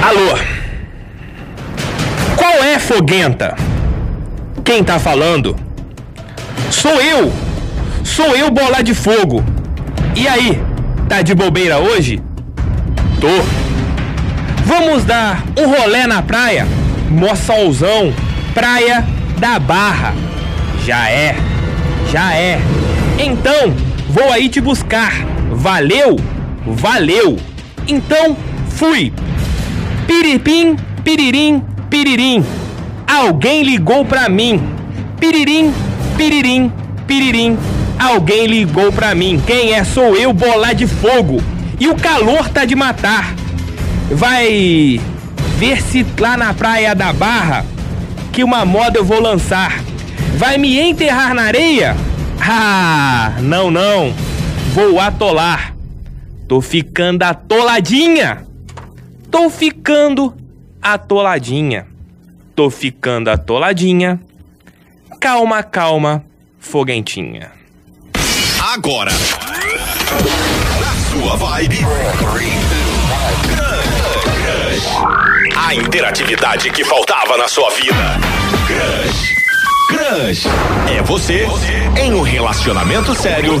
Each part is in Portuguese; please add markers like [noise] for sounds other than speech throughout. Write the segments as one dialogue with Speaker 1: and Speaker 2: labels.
Speaker 1: Alô? Qual é, Foguenta? Quem tá falando? Sou eu! Sou eu, bola de fogo! E aí, tá de bobeira hoje? Tô. Vamos dar um rolé na praia? Mó solzão, praia da Barra. Já é, já é. Então, vou aí te buscar. Valeu, valeu. Então, fui. Piripim, piririm, piririm. Alguém ligou pra mim. Piririm, piririm, piririm. Alguém ligou pra mim. Quem é? Sou eu, bolar de fogo. E o calor tá de matar. Vai ver se lá na praia da Barra que uma moda eu vou lançar. Vai me enterrar na areia? Ah, não, não. Vou atolar. Tô ficando atoladinha. Tô ficando atoladinha. Tô ficando atoladinha. Calma, calma, foguentinha.
Speaker 2: Agora. Na sua vibe. A interatividade que faltava na sua vida. Crush. Crush. É você, em um relacionamento sério.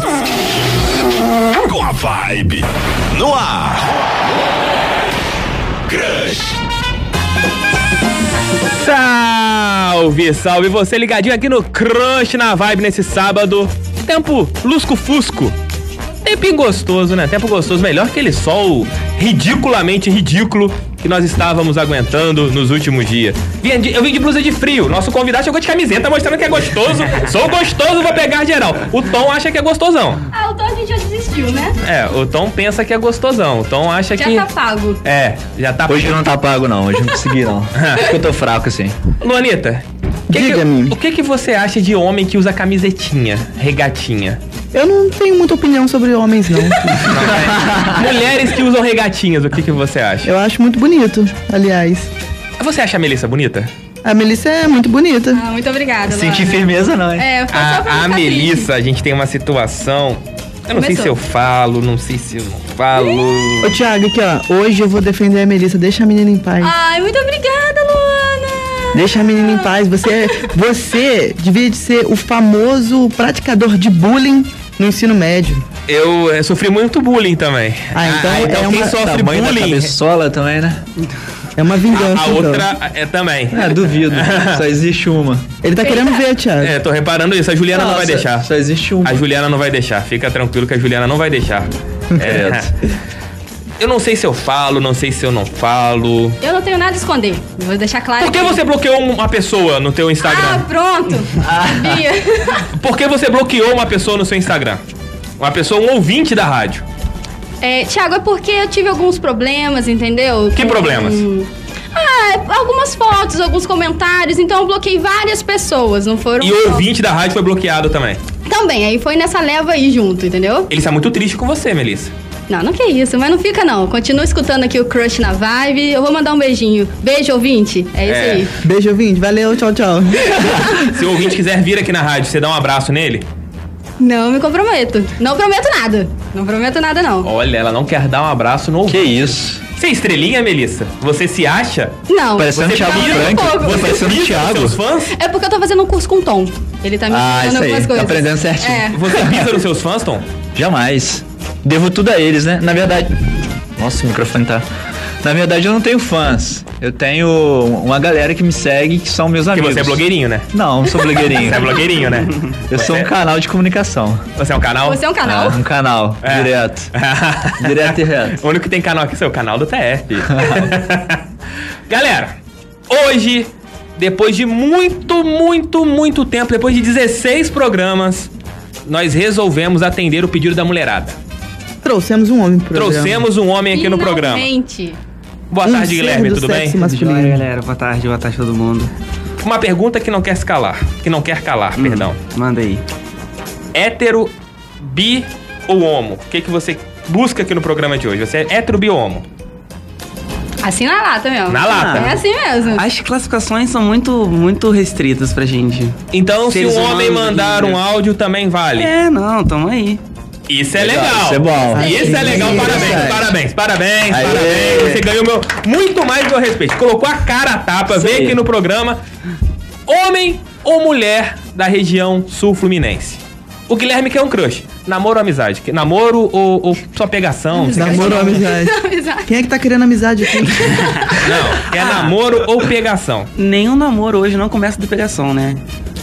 Speaker 2: Com a vibe. No ar. Crush.
Speaker 1: Salve, salve você ligadinho aqui no Crush na Vibe nesse sábado. Tempo lusco-fusco. Tempinho gostoso, né? Tempo gostoso, melhor que aquele sol ridiculamente ridículo que nós estávamos aguentando nos últimos dias. Vim de- eu vim de blusa de frio. Nosso convidado chegou de camiseta mostrando que é
Speaker 3: [laughs]
Speaker 1: gostoso. Sou gostoso, vou pegar geral. O Tom acha que é gostosão.
Speaker 3: Ah, então a gente já desistiu, né?
Speaker 1: É, o Tom pensa que é gostosão. O Tom acha
Speaker 3: Já
Speaker 1: que.
Speaker 3: tá pago.
Speaker 1: É, já tá.
Speaker 4: Hoje não tá pago, não. Hoje não
Speaker 1: [laughs]
Speaker 4: consegui, não. Acho que eu tô fraco, assim.
Speaker 1: Luanita, o que que-
Speaker 5: Diga-me.
Speaker 1: o que, que você acha de homem que usa camisetinha, regatinha?
Speaker 5: Eu não tenho muita opinião sobre homens, não.
Speaker 1: Mulheres que usam regatinhas, o que, que você acha?
Speaker 5: Eu acho muito bonito, aliás.
Speaker 1: Você acha a Melissa bonita?
Speaker 5: A Melissa é muito bonita.
Speaker 3: Ah, muito obrigada,
Speaker 4: Sentir
Speaker 3: Luana.
Speaker 4: firmeza, não, hein?
Speaker 3: É, foi só pra
Speaker 1: A, a
Speaker 3: ficar triste.
Speaker 1: Melissa, a gente tem uma situação. Eu não sei
Speaker 3: Começou.
Speaker 1: se eu falo, não sei se eu não falo.
Speaker 5: Ô, Thiago, aqui, ó. Hoje eu vou defender a Melissa. Deixa a menina em paz.
Speaker 3: Ai, muito obrigada, Luana.
Speaker 5: Deixa a menina em paz. Você, você devia de ser o famoso praticador de bullying no ensino médio.
Speaker 1: Eu, eh, sofri muito bullying também.
Speaker 5: Ah, então é
Speaker 1: quem
Speaker 5: uma-
Speaker 1: sofre
Speaker 4: Tamanho da
Speaker 1: bullying.
Speaker 4: cabeçola também, né?
Speaker 5: É uma vingança.
Speaker 1: A
Speaker 5: então.
Speaker 1: outra é também. [laughs]
Speaker 4: Ah, duvido. Só existe uma.
Speaker 5: Ele tá querendo ver, Thiago.
Speaker 1: É, tô reparando isso. A Juliana não vai
Speaker 4: Nossa,
Speaker 1: deixar.
Speaker 4: Só existe uma.
Speaker 1: A Juliana não vai deixar, fica tranquilo que a Juliana não vai
Speaker 4: [laughs]
Speaker 1: deixar. É, eu não sei se eu falo, não sei se eu não falo.
Speaker 3: Eu não tenho nada a esconder. Vou deixar claro.
Speaker 1: Por que
Speaker 3: aqui.
Speaker 1: você é bloqueou uma pessoa no teu
Speaker 3: Ah,
Speaker 1: Instagram?
Speaker 3: pronto.
Speaker 1: Ah. [laughs]
Speaker 3: Sabia.
Speaker 1: Por que você bloqueou uma pessoa no seu Instagram? Uma pessoa, um ouvinte da rádio.
Speaker 3: É, Tiago, é porque eu tive alguns problemas, entendeu?
Speaker 1: Que
Speaker 3: Com-
Speaker 1: problemas?
Speaker 3: Ah, algumas fotos, alguns comentários. Então eu bloqueei várias pessoas, não foram...
Speaker 1: E
Speaker 3: só-
Speaker 1: o ouvinte da rádio foi bloqueado também.
Speaker 3: Também, aí foi nessa leva aí junto, entendeu?
Speaker 1: Ele está muito triste com você, Melissa.
Speaker 3: Não, não que isso, mas não fica não. Continua escutando aqui o Crush na Vibe. Eu vou mandar um beijinho. Beijo, ouvinte. É isso
Speaker 1: É.
Speaker 3: aí.
Speaker 5: Beijo, ouvinte. Valeu, tchau, tchau.
Speaker 1: Se o ouvinte quiser vir aqui na rádio, você dá um abraço nele?
Speaker 3: Não me comprometo. Não prometo nada. Não prometo nada, não.
Speaker 1: Olha, ela não quer dar um abraço no
Speaker 4: Que
Speaker 1: ouvinte.
Speaker 4: isso?
Speaker 1: Você é estrelinha, Melissa? Você se acha?
Speaker 3: Não.
Speaker 4: Parecendo
Speaker 1: Você
Speaker 4: o Thiago
Speaker 1: pira
Speaker 3: um
Speaker 4: Frank.
Speaker 3: pouco.
Speaker 4: Tá Parecendo o
Speaker 1: Pisa nos
Speaker 4: Thiago.
Speaker 1: seus fãs?
Speaker 3: É porque eu tô fazendo um curso com o Tom. Ele tá me
Speaker 4: Ah,
Speaker 3: ensinando
Speaker 4: isso aí.
Speaker 3: algumas
Speaker 4: Tá
Speaker 3: coisas.
Speaker 4: aprendendo certinho.
Speaker 3: É.
Speaker 1: Você pisa nos seus fãs, Tom?
Speaker 4: [laughs] Jamais. Devo tudo a eles, né? Na verdade. Nossa, o microfone tá. Na verdade, eu não tenho fãs. Eu tenho uma galera que me segue, que são meus
Speaker 1: Porque
Speaker 4: amigos.
Speaker 1: você é blogueirinho, né?
Speaker 4: Não, não sou
Speaker 1: [laughs]
Speaker 4: blogueirinho.
Speaker 1: Você é blogueirinho,
Speaker 3: [laughs]
Speaker 1: né?
Speaker 4: Eu sou um canal de comunicação.
Speaker 1: Você é um canal?
Speaker 3: Você
Speaker 1: [laughs]
Speaker 3: é um canal?
Speaker 4: Ah, um canal,
Speaker 1: É.
Speaker 4: direto. Direto e reto.
Speaker 1: O único que tem canal aqui é o canal do TF. [laughs] Galera, hoje, depois de muito, muito, muito tempo, depois de 16 programas, nós resolvemos atender o pedido da mulherada.
Speaker 5: Trouxemos um homem pro programa.
Speaker 1: Trouxemos um homem aqui no programa.
Speaker 3: Finalmente.
Speaker 1: Boa
Speaker 5: um
Speaker 1: tarde,
Speaker 5: ser
Speaker 1: Guilherme,
Speaker 5: do
Speaker 1: tudo bem?
Speaker 5: sexo masculino.
Speaker 6: Joia, galera. Boa tarde, boa tarde a todo mundo. Hum,
Speaker 1: Uma pergunta que não quer se calar, que não quer calar,
Speaker 3: Hum.
Speaker 1: perdão.
Speaker 6: Manda aí.
Speaker 1: Hétero, bi ou homo? O que, que você busca aqui no programa de hoje? Você é hétero, bi ou homo?
Speaker 3: Assim na lata mesmo.
Speaker 1: Na lata.
Speaker 3: É assim mesmo.
Speaker 6: As classificações são muito, muito restritas pra gente.
Speaker 1: Então, se
Speaker 6: Seres
Speaker 1: um homem
Speaker 6: humanos,
Speaker 1: mandar um
Speaker 6: livres.
Speaker 1: áudio, também vale.
Speaker 6: É, não, tamo aí.
Speaker 1: Isso é legal.
Speaker 4: Isso é bom.
Speaker 1: Isso é legal, parabéns, parabéns, parabéns,
Speaker 4: Aê.
Speaker 1: parabéns. Você ganhou meu, muito mais meu respeito. Colocou a cara a tapa,
Speaker 4: Isso
Speaker 1: veio
Speaker 4: aí.
Speaker 1: aqui no programa. Homem ou mulher da região sul fluminense? O Guilherme quer um crush. Namoro ou amizade? Que- Namoro ou, ou só pegação? Você quer-
Speaker 5: Namoro ou amizade?
Speaker 3: [laughs] Amizade.
Speaker 5: Quem é que tá querendo amizade
Speaker 6: [laughs]
Speaker 5: aqui?
Speaker 1: Não, quer namoro ou pegação?
Speaker 6: Nenhum namoro hoje não começa de pegação, né?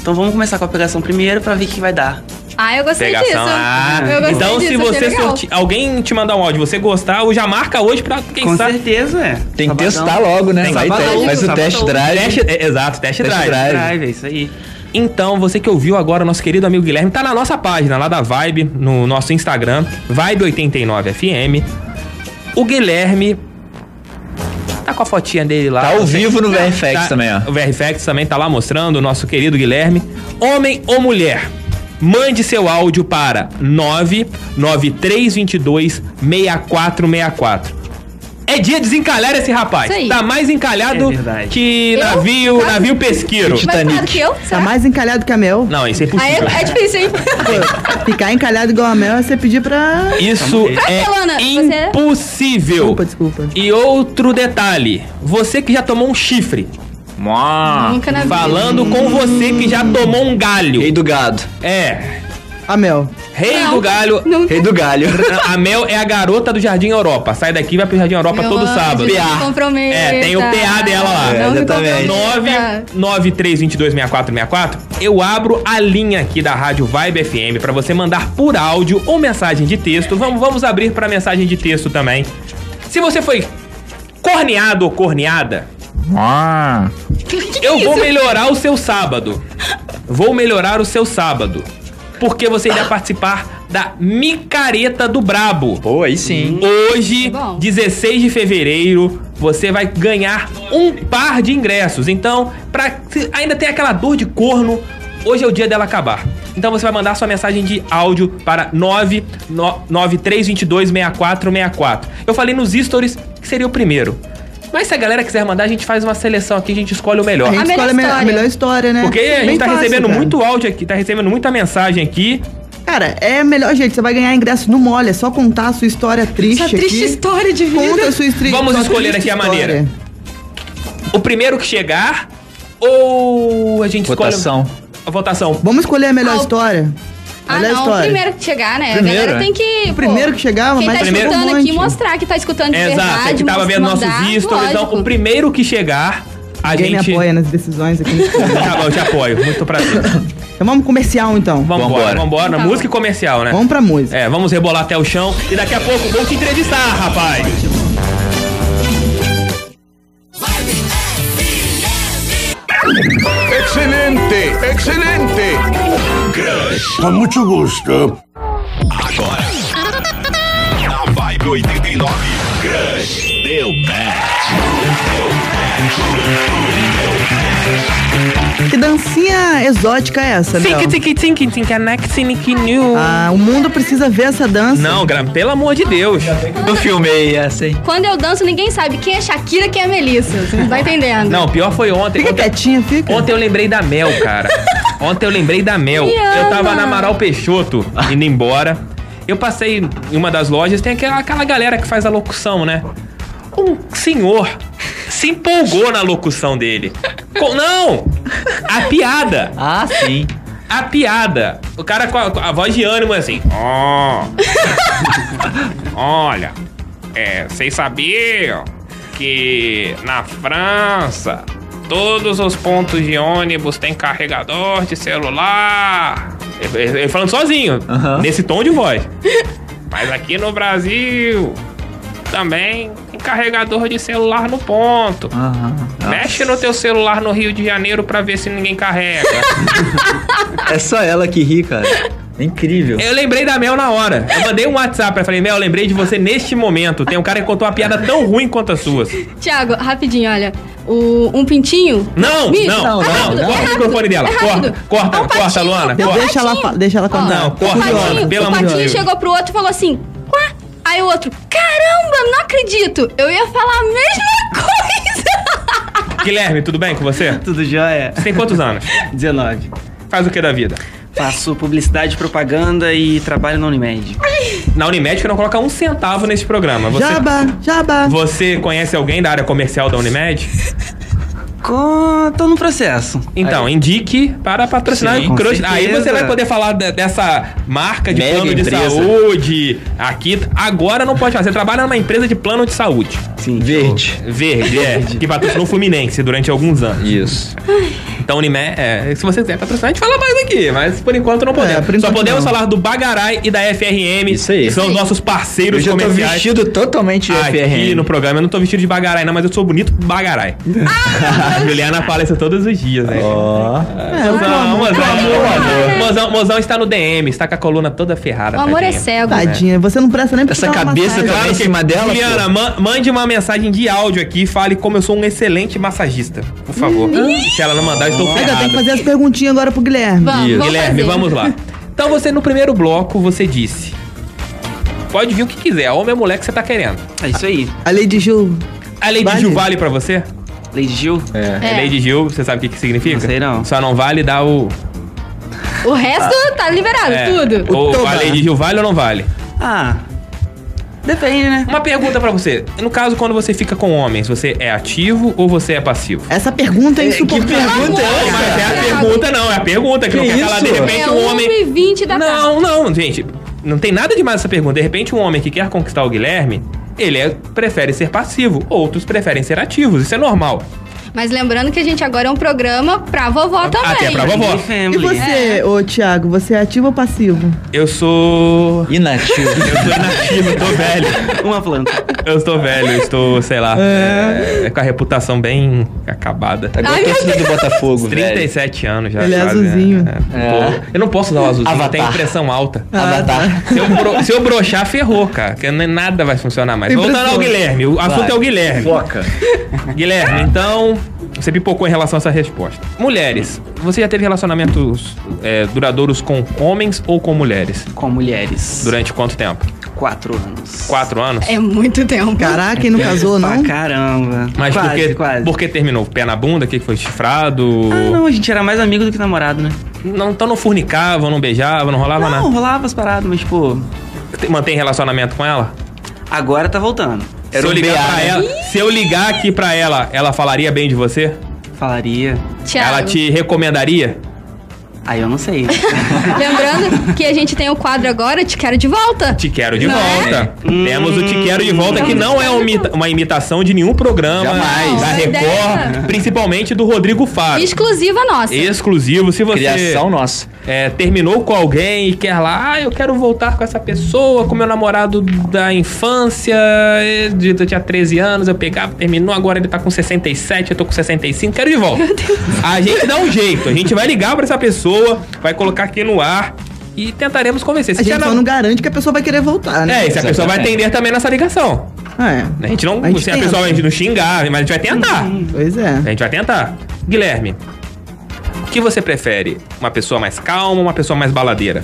Speaker 6: Então vamos começar com a pegação primeiro pra ver o que vai dar.
Speaker 3: Ah, eu gostei disso.
Speaker 1: Pegação. Ah,
Speaker 3: eu gostei
Speaker 1: então
Speaker 3: disso,
Speaker 1: se
Speaker 3: achei
Speaker 1: você
Speaker 3: legal.
Speaker 1: sorti- alguém te mandar um áudio, você gostar, ou já marca hoje pra quem
Speaker 6: com
Speaker 1: sabe.
Speaker 6: certeza, é.
Speaker 4: Tem que
Speaker 6: Sabadão.
Speaker 4: testar logo, né?
Speaker 6: Tem
Speaker 4: Vai,
Speaker 6: sabadão,
Speaker 4: testa, faz o
Speaker 6: sabadão.
Speaker 4: teste drive.
Speaker 1: Teste, é, exato, teste,
Speaker 4: Test
Speaker 1: drive.
Speaker 4: drive.
Speaker 6: Drive, é isso aí.
Speaker 1: Então, você que ouviu agora o nosso querido amigo Guilherme, tá na nossa página lá da Vibe, no nosso Instagram, Vibe89FM. O Guilherme tá com a fotinha dele lá.
Speaker 4: Tá ao vivo no VFX
Speaker 1: Tá-
Speaker 4: também, ó.
Speaker 1: O VRFX também tá lá mostrando, o nosso querido Guilherme. Homem ou mulher? Mande seu áudio para 99322 6464. É dia de desencalhar esse rapaz.
Speaker 3: Isso aí.
Speaker 1: Tá mais encalhado
Speaker 6: É verdade.
Speaker 1: que
Speaker 3: Eu?
Speaker 1: navio,
Speaker 3: Cara.
Speaker 1: navio pesqueiro.
Speaker 3: Mais claro
Speaker 4: Titanic.
Speaker 3: que eu?
Speaker 5: Tá
Speaker 3: Será?
Speaker 5: mais encalhado que a Mel.
Speaker 1: Não, isso é
Speaker 3: Aí
Speaker 1: impossível.
Speaker 3: é, é difícil, hein?
Speaker 5: Pô, Ficar encalhado igual a Mel é você pedir pra.
Speaker 1: Isso é
Speaker 3: Lana, você-
Speaker 1: impossível.
Speaker 5: Desculpa, desculpa.
Speaker 1: E outro detalhe, você que já tomou um chifre.
Speaker 3: Nunca na vida.
Speaker 1: Ah. Falando com você que já tomou um
Speaker 4: Rei
Speaker 1: galho.
Speaker 4: do gado.
Speaker 1: É,
Speaker 5: A Mel.
Speaker 1: rei
Speaker 3: Não,
Speaker 1: do galho.
Speaker 3: Nunca.
Speaker 4: Rei do galho.
Speaker 1: A Mel é a garota do Jardim Europa. Sai daqui e vai pro Jardim Europa
Speaker 3: Meu
Speaker 1: todo
Speaker 3: anjo,
Speaker 1: sábado.
Speaker 3: não me comprometa.
Speaker 1: É, tem o PA dela lá.
Speaker 4: É,
Speaker 3: Não me tá.
Speaker 4: exatamente.
Speaker 3: comprometa.
Speaker 1: 993226464, eu abro a linha aqui da Rádio Vibe FM pra você mandar por áudio ou mensagem de texto. Vamos, vamos abrir pra mensagem de texto também. Se você foi corneado ou corneada,
Speaker 3: Que que
Speaker 1: eu
Speaker 3: é
Speaker 1: vou
Speaker 3: isso?
Speaker 1: melhorar o seu sábado. Vou melhorar o seu sábado. Porque você irá participar da Micareta do Brabo.
Speaker 4: Pô, aí sim.
Speaker 1: Hoje,
Speaker 3: Bom.
Speaker 1: 16 de fevereiro, você vai ganhar um par de ingressos. Então, pra, se ainda tem aquela dor de corno, hoje é o dia dela acabar. Então você vai mandar sua mensagem de áudio para 993226464. Eu falei nos stories que seria o primeiro. Mas se a galera quiser mandar, a gente faz uma seleção aqui, a gente escolhe o melhor.
Speaker 5: A gente
Speaker 3: melhor
Speaker 5: escolhe a, me- a
Speaker 3: história.
Speaker 5: melhor história, né?
Speaker 1: Porque a gente
Speaker 5: Bem
Speaker 1: tá
Speaker 5: fácil,
Speaker 1: recebendo
Speaker 5: cara.
Speaker 1: muito áudio aqui, tá recebendo muita mensagem aqui.
Speaker 5: Cara, é melhor, gente. Você vai ganhar ingresso no mole. É só contar a sua história triste.
Speaker 3: Essa triste
Speaker 5: aqui.
Speaker 3: história de vida.
Speaker 5: Conta a sua história.
Speaker 1: Vamos escolher aqui a maneira. O primeiro que chegar ou a gente
Speaker 4: Votação.
Speaker 1: escolhe a votação.
Speaker 5: Vamos escolher a melhor
Speaker 3: Ah, o-
Speaker 5: história.
Speaker 3: Ah,
Speaker 5: melhor
Speaker 3: não. O
Speaker 5: história.
Speaker 3: primeiro que chegar, né?
Speaker 4: Primeiro,
Speaker 3: a galera
Speaker 4: é.
Speaker 3: tem que. O
Speaker 5: primeiro que chegar,
Speaker 3: Quem
Speaker 5: mas
Speaker 3: tá
Speaker 1: primeiro-
Speaker 3: escutando
Speaker 5: Um
Speaker 3: aqui,
Speaker 5: monte.
Speaker 3: mostrar que tá escutando de
Speaker 1: Exato,
Speaker 3: verdade.
Speaker 1: é que tava
Speaker 3: mos-
Speaker 1: vendo nossos
Speaker 3: mandar,
Speaker 1: stories. Então,
Speaker 3: lógico.
Speaker 1: o primeiro que chegar, a
Speaker 5: Ninguém
Speaker 1: gente.
Speaker 5: me apoia nas decisões aqui.
Speaker 1: [laughs]
Speaker 5: nesse programa.
Speaker 1: Tá bom, eu te apoio. Muito
Speaker 4: [laughs]
Speaker 1: prazer.
Speaker 5: então vamos comercial, então. Vamos,
Speaker 1: Vambora,
Speaker 4: Vambora.
Speaker 1: vambora.
Speaker 3: Tá bom.
Speaker 1: Música e comercial, né?
Speaker 5: pra música.
Speaker 1: É, vamos rebolar até o chão e daqui a pouco vou te entrevistar, rapaz.
Speaker 2: Excelente, excelente. Crush. Com muito gosto. Agora. Na Vibe 89. Crush. Deu match.
Speaker 1: É.
Speaker 5: Que dancinha exótica é essa, Mel? Ah, o mundo precisa ver essa dança.
Speaker 1: Não, gra- pelo amor de Deus.
Speaker 4: Eu filmei essa, hein?
Speaker 3: Quando eu danço, ninguém sabe quem é Shakira quem é Melissa. Você não tá entendendo.
Speaker 1: Não, pior foi ontem.
Speaker 5: Fica
Speaker 1: Ontem,
Speaker 5: quietinha, fica.
Speaker 1: ontem eu lembrei da Mel, cara.
Speaker 3: [laughs]
Speaker 1: Ontem eu lembrei da Mel.
Speaker 3: Me
Speaker 1: Eu tava
Speaker 3: ama.
Speaker 1: na Amaral Peixoto, indo embora. Eu passei em uma das lojas, tem aquela, aquela galera que faz a locução, né? Um senhor se empolgou na locução dele. Com- não! A piada!
Speaker 4: Ah, sim.
Speaker 1: a piada. O cara com a, com a voz de ânimo assim. Ó. Olha, é, vocês sabiam que na França todos os pontos de ônibus têm carregador de celular. Ele- Ele ele falando sozinho,
Speaker 4: Aham.
Speaker 1: nesse tom de voz. Mas aqui no Brasil também tem carregador de celular no ponto.
Speaker 4: Aham.
Speaker 1: Mexe no teu celular no Rio de Janeiro pra ver se ninguém carrega.
Speaker 4: É só ela que ri, cara. É incrível.
Speaker 1: Eu lembrei da Mel na hora. Eu mandei um WhatsApp pra ela. Falei, Mel, eu lembrei de você neste momento. Tem um cara que contou uma piada tão ruim quanto as suas.
Speaker 3: Tiago, rapidinho, olha. O, um pintinho.
Speaker 1: Não,
Speaker 3: Bicho,
Speaker 1: não, não.
Speaker 3: é
Speaker 1: Corta
Speaker 3: rápido, é
Speaker 1: o
Speaker 3: rápido,
Speaker 1: microfone dela.
Speaker 3: é rápido.
Speaker 1: Corta, corta,
Speaker 3: É um
Speaker 1: corta,
Speaker 3: patinho,
Speaker 1: Luana,
Speaker 3: é um
Speaker 1: corta.
Speaker 3: patinho.
Speaker 5: Deixa ela fa- deixa ela contar.
Speaker 1: Não,
Speaker 3: Ó,
Speaker 1: corta,
Speaker 3: o patinho,
Speaker 1: Luana, pelo
Speaker 3: o
Speaker 1: amor de
Speaker 3: patinho
Speaker 1: Deus.
Speaker 3: chegou pro outro e falou assim: Quá? Aí o outro, caramba, não acredito! Eu ia falar a mesma [laughs] coisa!
Speaker 1: Guilherme, tudo bem com você?
Speaker 6: Tudo jóia? [laughs]
Speaker 1: Você tem quantos anos?
Speaker 6: 19.
Speaker 1: Faz o que da vida?
Speaker 6: Faço publicidade, propaganda e trabalho na Unimed.
Speaker 1: Na Unimed que não coloca um centavo nesse programa. Você,
Speaker 5: Jaba, jaba.
Speaker 1: você conhece alguém da área comercial da Unimed?
Speaker 6: Co- Tô no processo.
Speaker 1: Então, indique para patrocinar
Speaker 6: Sim,
Speaker 1: o
Speaker 6: com
Speaker 1: Crush.
Speaker 6: certeza.
Speaker 1: Aí você vai poder falar de- dessa marca de
Speaker 4: Mega
Speaker 1: plano de
Speaker 4: empresa.
Speaker 1: saúde. Aqui, agora não pode falar. Você trabalha numa empresa de plano de saúde.
Speaker 6: Sim.
Speaker 4: Verde.
Speaker 1: Verde, é. que patrocinou o Fluminense durante alguns anos.
Speaker 4: Isso.
Speaker 1: Então, Unimed, é, se você quiser patrocinar, a gente fala mais aqui, mas por enquanto
Speaker 4: É,
Speaker 1: não podemos.
Speaker 5: por enquanto
Speaker 1: Só podemos
Speaker 5: não.
Speaker 1: falar do Bagarai e da FRM,
Speaker 4: Isso aí.
Speaker 1: que são os nossos
Speaker 4: Eu
Speaker 1: parceiros
Speaker 4: já tô
Speaker 1: comerciais.
Speaker 4: vestido totalmente de
Speaker 1: Aqui
Speaker 4: FRN.
Speaker 1: no programa, eu não tô vestido de bagarai, não, mas eu sou bonito bagarai. A [laughs] Juliana fala isso todos os dias, né?
Speaker 4: Ah, Ó.
Speaker 5: É,
Speaker 1: Mozão, mozão,
Speaker 3: Ai,
Speaker 1: mozão,
Speaker 3: cara.
Speaker 1: mozão, mozão está no DM, está com a coluna toda ferrada.
Speaker 3: O amor é
Speaker 1: tadinho.
Speaker 3: cego.
Speaker 5: Tadinha, você não presta nem pra
Speaker 4: Essa
Speaker 5: dar uma
Speaker 4: cabeça
Speaker 5: massagem.
Speaker 4: tá-
Speaker 1: Claro
Speaker 4: Em
Speaker 1: que,
Speaker 4: cima dela,
Speaker 1: Juliana, man- mande uma mensagem de áudio aqui e fale como eu sou um excelente massagista, por favor. Se ela não mandar, eu estou
Speaker 5: Aí eu tenho que
Speaker 1: ferrado.
Speaker 5: fazer as perguntinhas agora pro Guilherme.
Speaker 3: Vamos, vamos
Speaker 1: Guilherme,
Speaker 3: fazer.
Speaker 1: vamos lá. [laughs] Então você, no primeiro bloco, você disse... Pode vir o que quiser, homem ou mulher que você tá querendo.
Speaker 6: É isso aí.
Speaker 5: A Lady Ju.
Speaker 1: A Lady
Speaker 5: Vale.
Speaker 1: Gil vale pra você?
Speaker 6: Lady Gil.
Speaker 4: É.
Speaker 1: É.
Speaker 3: É,
Speaker 1: Lady Gil, você sabe o que, que significa?
Speaker 6: Não sei, não.
Speaker 1: Só não vale dar o.
Speaker 3: O resto tá liberado,
Speaker 1: é,
Speaker 3: tudo.
Speaker 1: Ou
Speaker 5: Toma.
Speaker 1: a Lady Gil vale ou não vale?
Speaker 6: Ah. Depende, né?
Speaker 1: Uma pergunta pra você. No caso, quando você fica com homens, você é ativo ou você é passivo?
Speaker 5: Essa pergunta é insuportável.
Speaker 3: pergunta é
Speaker 1: Não, mas é a pergunta, não. É a pergunta que, não
Speaker 4: Que
Speaker 1: quer calar. De
Speaker 4: isso?
Speaker 1: repente,
Speaker 3: É
Speaker 1: um homem.
Speaker 3: 1h20 da tarde.
Speaker 1: Não, não, gente. Não tem nada demais essa pergunta. De repente, um homem que quer conquistar o Guilherme, ele é- prefere ser passivo. Outros preferem ser ativos. Isso é normal.
Speaker 3: Mas lembrando que a gente agora é um programa pra vovó também.
Speaker 1: Até Ah, é pra vovó.
Speaker 6: Family, family.
Speaker 5: E você, ô Thiago, você é ativo ou passivo?
Speaker 1: Eu sou.
Speaker 4: Inativo.
Speaker 1: Eu sou inativo, eu tô velho.
Speaker 6: [laughs] Uma planta.
Speaker 1: Eu estou velho, eu estou, sei lá, é. com a reputação bem acabada.
Speaker 4: Tá igual
Speaker 3: Ai,
Speaker 4: a
Speaker 3: meu
Speaker 4: torcida do Botafogo, velho.
Speaker 1: 37 anos já.
Speaker 5: Ele é
Speaker 1: quase,
Speaker 5: azulzinho.
Speaker 1: né? É.
Speaker 4: É.
Speaker 1: Pô, eu não posso usar o azulzinho,
Speaker 4: Avatar.
Speaker 1: tem pressão alta.
Speaker 4: Ah, Avatar.
Speaker 1: Se eu, bro, se eu broxar, ferrou, cara. Que nem- nada vai funcionar mais.
Speaker 5: Tem
Speaker 1: Voltando ao
Speaker 5: pressão.
Speaker 1: Guilherme, o assunto
Speaker 4: Vai.
Speaker 1: é o Guilherme.
Speaker 4: Foca.
Speaker 1: Guilherme, então, você pipocou em relação a essa resposta. Mulheres, você já teve relacionamentos é, duradouros com homens ou com mulheres?
Speaker 6: Com mulheres.
Speaker 1: Durante quanto tempo?
Speaker 6: quatro anos.
Speaker 1: Quatro anos?
Speaker 3: É muito tempo.
Speaker 5: Caraca, quem não casou, não?
Speaker 6: Pra caramba.
Speaker 1: Mas
Speaker 6: quase,
Speaker 1: por, que,
Speaker 6: quase.
Speaker 1: por que terminou? Pé na bunda? O que que foi chifrado?
Speaker 6: Ah, não, a gente era mais amigo do que namorado, né?
Speaker 1: Não, então não fornicavam, não beijavam, não rolava
Speaker 6: não, rolava as paradas, mas, tipo,
Speaker 1: nada. Te- Mantém relacionamento com ela?
Speaker 6: agora tá voltando.
Speaker 4: Era
Speaker 1: se eu
Speaker 4: um
Speaker 1: ligar
Speaker 4: BA,
Speaker 1: pra
Speaker 4: né?
Speaker 1: ela, se eu ligar aqui pra ela, ela falaria bem de você?
Speaker 6: Falaria.
Speaker 3: Thiago.
Speaker 1: Ela te recomendaria?
Speaker 6: Aí eu
Speaker 1: [laughs]
Speaker 6: não sei.
Speaker 3: Lembrando que a gente tem o quadro agora, Te Quero de Volta.
Speaker 1: Te quero de
Speaker 3: Não
Speaker 1: volta. Temos o Te quero de volta que não é um imita- uma imitação de nenhum programa
Speaker 4: Jamais.
Speaker 1: da
Speaker 3: Não,
Speaker 1: Record,
Speaker 3: ideia.
Speaker 1: [laughs]
Speaker 3: é
Speaker 1: principalmente do Rodrigo Faro.
Speaker 3: Exclusiva nossa.
Speaker 1: Exclusivo, se você
Speaker 4: Criação nossa.
Speaker 1: é, terminou com alguém e quer lá, ah, eu quero voltar com essa pessoa, com meu namorado da infância, eh, de- eu tinha 13 anos, eu pegava, terminou, agora ele tá com 67, eu tô com 65, quero de volta. A gente dá um jeito, a gente vai ligar pra essa pessoa, vai colocar aqui no ar e tentaremos convencer.
Speaker 5: A
Speaker 1: Se
Speaker 5: gente
Speaker 1: ela-
Speaker 5: só não garante que a pessoa vai querer voltar, né?
Speaker 1: É, e se a pessoa vai atender também nessa ligação.
Speaker 5: É.
Speaker 1: A gente não.
Speaker 5: A gente
Speaker 1: se a
Speaker 5: tenta.
Speaker 1: pessoa vai não xingar, mas a gente vai tentar.
Speaker 5: Pois é.
Speaker 1: A gente vai tentar. Guilherme, o que você prefere? Uma pessoa mais calma ou uma pessoa mais baladeira?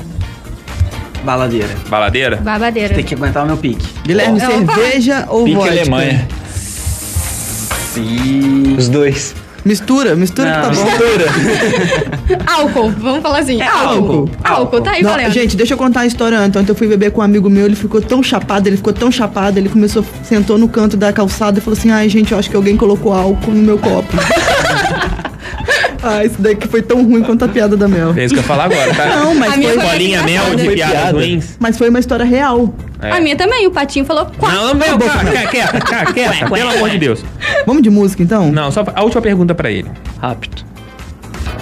Speaker 6: Baladeira.
Speaker 1: Baladeira?
Speaker 3: Babadeira.
Speaker 1: É.
Speaker 6: Tem que aguentar o meu pique.
Speaker 5: Guilherme,
Speaker 3: Opa.
Speaker 5: cerveja ou
Speaker 4: Pique
Speaker 5: vodka?
Speaker 4: Alemanha.
Speaker 6: Sim.
Speaker 4: Os dois.
Speaker 5: Mistura, mistura
Speaker 6: Não,
Speaker 5: que tá bom.
Speaker 3: Álcool, vamos falar assim.
Speaker 6: É
Speaker 3: álcool.
Speaker 6: álcool.
Speaker 3: Álcool,
Speaker 6: Álcool.
Speaker 3: tá aí
Speaker 5: Não,
Speaker 3: valendo.
Speaker 5: gente, deixa eu contar a história antes. Ontem eu fui beber com um amigo meu, ele ficou tão chapado, ele ficou tão chapado, ele começou, sentou no canto da calçada e falou assim: ai, gente, eu acho que alguém colocou álcool no meu copo. ai, isso daqui foi tão ruim quanto a piada da Mel.
Speaker 1: É isso que eu ia falar agora, tá?
Speaker 5: Não, mas
Speaker 3: A minha é
Speaker 5: foi,
Speaker 3: foi-
Speaker 1: Bolinha mel de
Speaker 4: Foi
Speaker 1: piadas
Speaker 4: piada.
Speaker 1: ruins.
Speaker 5: mas foi uma história real.
Speaker 1: É.
Speaker 3: A minha também, o Patinho falou quatro.
Speaker 1: Não, meu, cara, quieta, cara, quieta, pelo amor de Deus.
Speaker 5: Vamos de música então?
Speaker 1: Não, só a última pergunta pra ele.
Speaker 4: Rápido.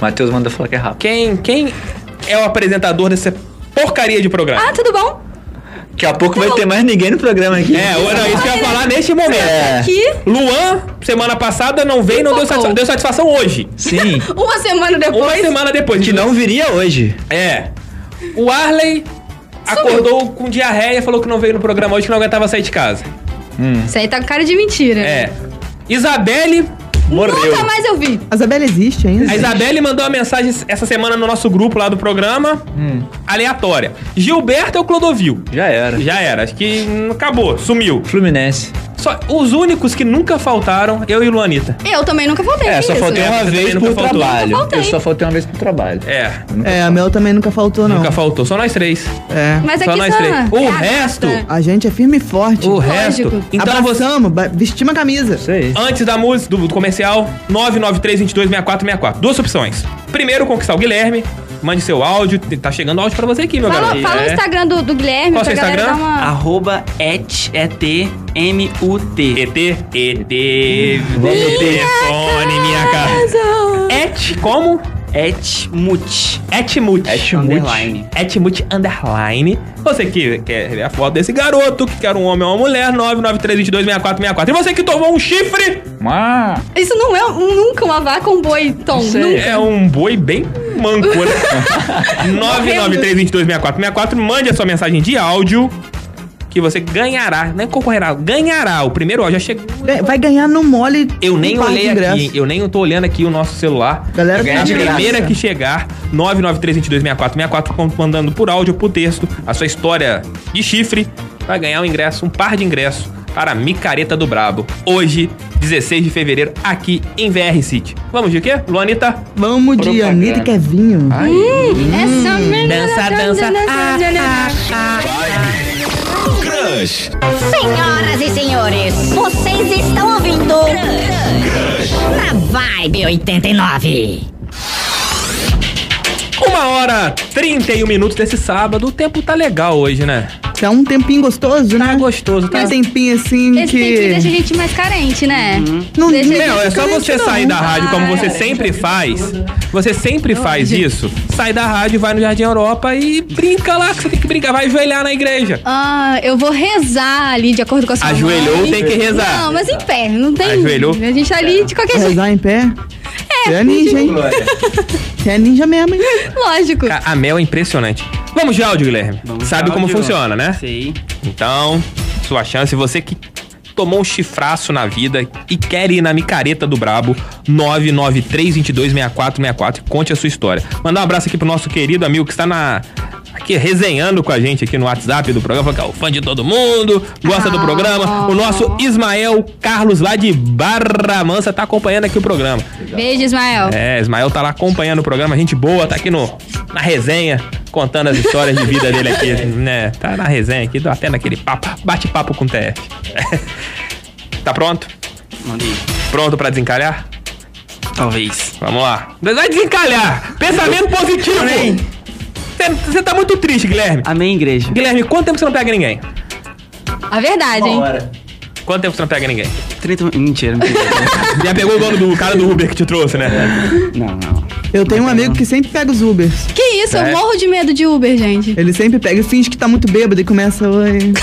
Speaker 4: Matheus manda falar que é rápido.
Speaker 1: Quem, quem é o apresentador dessa porcaria de programa?
Speaker 3: Ah, tudo bom?
Speaker 4: Daqui a pouco vai ter mais ninguém no programa aqui.
Speaker 1: é, o- não, isso que eu ia falar neste momento.
Speaker 4: É.
Speaker 3: Aqui,
Speaker 1: Luan, semana passada, não veio, não deu satisfação. Deu satisfação hoje.
Speaker 4: Sim.
Speaker 3: uma semana
Speaker 1: Uma
Speaker 3: depois.
Speaker 1: semana depois.
Speaker 4: que não viria hoje.
Speaker 1: É. O Arley acordou com diarreia, falou que não veio no programa hoje, que não aguentava sair de casa.
Speaker 3: Isso aí tá com cara de mentira.
Speaker 1: É. Isabelle
Speaker 4: Morreu.
Speaker 3: Nunca mais eu vi.
Speaker 5: A Isabela existe ainda?
Speaker 1: A Isabelle mandou uma mensagem essa semana no nosso grupo lá do programa. Aleatória. Gilberto é o Clodovil.
Speaker 4: Já era.
Speaker 1: Já era, acho que hum, acabou, sumiu.
Speaker 4: Fluminense.
Speaker 1: Só, os únicos que nunca faltaram, eu e Luanita.
Speaker 3: Eu também nunca faltei.
Speaker 4: É,
Speaker 3: que
Speaker 4: só
Speaker 3: isso?
Speaker 4: faltei uma
Speaker 1: Você
Speaker 4: vez
Speaker 1: também
Speaker 4: por
Speaker 1: nunca faltou.
Speaker 4: trabalho.
Speaker 3: Nunca faltei.
Speaker 4: Eu só faltei uma vez pro trabalho.
Speaker 1: É,
Speaker 4: Eu nunca-
Speaker 5: É, a Mel também nunca faltou, não.
Speaker 1: nunca faltou. Só nós três.
Speaker 5: É.
Speaker 3: Mas
Speaker 1: Só
Speaker 3: aqui
Speaker 1: nós três.
Speaker 3: é
Speaker 1: O
Speaker 3: a gata.
Speaker 1: resto-
Speaker 5: A gente é firme e forte.
Speaker 1: O resto. Então você.
Speaker 5: Abraçamos, ba- vestimos a camisa.
Speaker 4: Isso aí.
Speaker 1: Antes da música, do, do comercial, 993-22-6464. Duas opções. Primeiro, conquistar o Guilherme. Mande seu áudio. Tá chegando áudio pra você aqui, meu
Speaker 3: Fala,
Speaker 1: garoto.
Speaker 3: fala o
Speaker 1: É.
Speaker 3: Instagram do, do Guilherme
Speaker 1: Qual
Speaker 3: pra
Speaker 1: seu
Speaker 3: galera
Speaker 1: Instagram? Ah.
Speaker 3: dar uma.
Speaker 6: Arroba et, et, M-U-T.
Speaker 1: ET. ET.
Speaker 4: Vamos, ET.
Speaker 1: Telefone, minha casa. Et como?
Speaker 6: Etmut.
Speaker 1: Etmut.
Speaker 6: Underline.
Speaker 1: Etmut Underline. Você que quer ver a foto desse garoto, que quer um homem ou uma mulher, 993226464. E você que tomou um chifre,
Speaker 4: Mas...
Speaker 3: Isso não é um- nunca uma vaca ou um boi, Tom.
Speaker 4: Isso aí.
Speaker 3: Nunca.
Speaker 1: é um boi bem manco, né? 993226464. Mande a sua mensagem de áudio que você ganhará, nem concorrerá, ganhará o primeiro áudio. Já chegou.
Speaker 5: Ga- É, Vai ganhar no mole.
Speaker 1: Eu
Speaker 5: um
Speaker 1: nem
Speaker 5: par de
Speaker 1: olhei
Speaker 5: ingressos.
Speaker 1: aqui, eu nem tô olhando aqui o nosso celular.
Speaker 5: Galera,
Speaker 1: Eu ganhei a
Speaker 5: tá de
Speaker 1: primeira
Speaker 5: graça.
Speaker 1: que chegar, 993226464, mandando por áudio ou por texto a sua história de chifre, vai ganhar um ingresso, um par de ingressos para a Micareta do Brabo. Hoje, 16 de fevereiro, aqui em VR City. Vamos de quê? Luanita?
Speaker 5: Vamos de
Speaker 4: Propaganda.
Speaker 5: Anitta e Kevinho.
Speaker 3: Essa menina
Speaker 1: Hum, dança, dança, ah,
Speaker 2: Crush.
Speaker 7: Senhoras e senhores, vocês estão ouvindo na Vibe 89.
Speaker 1: Uma hora, 31 minutos desse sábado. O tempo tá legal hoje, né?
Speaker 5: Tá um tempinho gostoso, né?
Speaker 1: Tá gostoso, tá?
Speaker 5: Um tempinho assim
Speaker 3: Esse tempinho
Speaker 5: que.
Speaker 3: deixa a gente mais carente, né?
Speaker 5: Não-
Speaker 3: deixa a gente
Speaker 1: Não, Uhum. é só você
Speaker 5: não.
Speaker 1: sair da rádio como você
Speaker 3: Ah,
Speaker 1: sempre faz. Você sempre faz isso. Sai da rádio, vai no Jardim Europa e brinca lá, que você tem que brincar. Vai ajoelhar na igreja.
Speaker 3: Ah, eu vou rezar ali de acordo com a sua
Speaker 1: Ajoelhou,
Speaker 3: mãe.
Speaker 1: tem que rezar.
Speaker 3: Não, mas em pé, não tem.
Speaker 1: Ajoelhou.
Speaker 3: A gente tá ali de qualquer jeito,
Speaker 5: Rezar em pé. Você é ninja, hein? Você é ninja mesmo, hein?
Speaker 3: lógico.
Speaker 1: A, a Mel é impressionante. Vamos de áudio, Guilherme.
Speaker 6: Vamos
Speaker 1: Sabe
Speaker 6: pra
Speaker 1: como
Speaker 6: áudio.
Speaker 1: funciona, né?
Speaker 6: Tá Sei.
Speaker 1: Então, sua chance, você que tomou um chifraço na vida e quer ir na micareta do brabo, 993226464 e conte a sua história. Mandar um abraço aqui pro nosso querido amigo que está na aqui resenhando com a gente aqui no WhatsApp do programa, falou que é o fã de todo mundo, gosta do programa. O nosso Ismael Carlos lá de Barra Mansa tá acompanhando aqui o programa.
Speaker 3: Beijo, Ismael.
Speaker 1: É, Ismael tá lá acompanhando o programa, gente boa, tá aqui no, na resenha, contando as histórias de vida dele aqui, [laughs] né? Tá na resenha aqui, até naquele papo, bate-papo com o TF. [laughs] tá pronto?
Speaker 6: Mandei.
Speaker 1: Pronto pra desencalhar?
Speaker 6: Talvez.
Speaker 1: Vamos lá. Vai desencalhar! Pensamento positivo! Você- Você tá muito triste, Guilherme.
Speaker 6: Amém, igreja.
Speaker 1: Guilherme, quanto tempo você não pega ninguém?
Speaker 3: A verdade, hein?
Speaker 1: Quanto tempo você não pega ninguém?
Speaker 6: 30... Mentira, mentira.
Speaker 1: [laughs] Já pegou o dono do cara do Uber que te trouxe, né?
Speaker 6: não, não.
Speaker 5: Eu tenho um amigo que sempre pega os Ubers.
Speaker 3: Que isso,
Speaker 1: É.
Speaker 3: eu morro de medo de Uber, gente.
Speaker 5: Ele sempre pega e finge que tá muito bêbado e começa. Oi.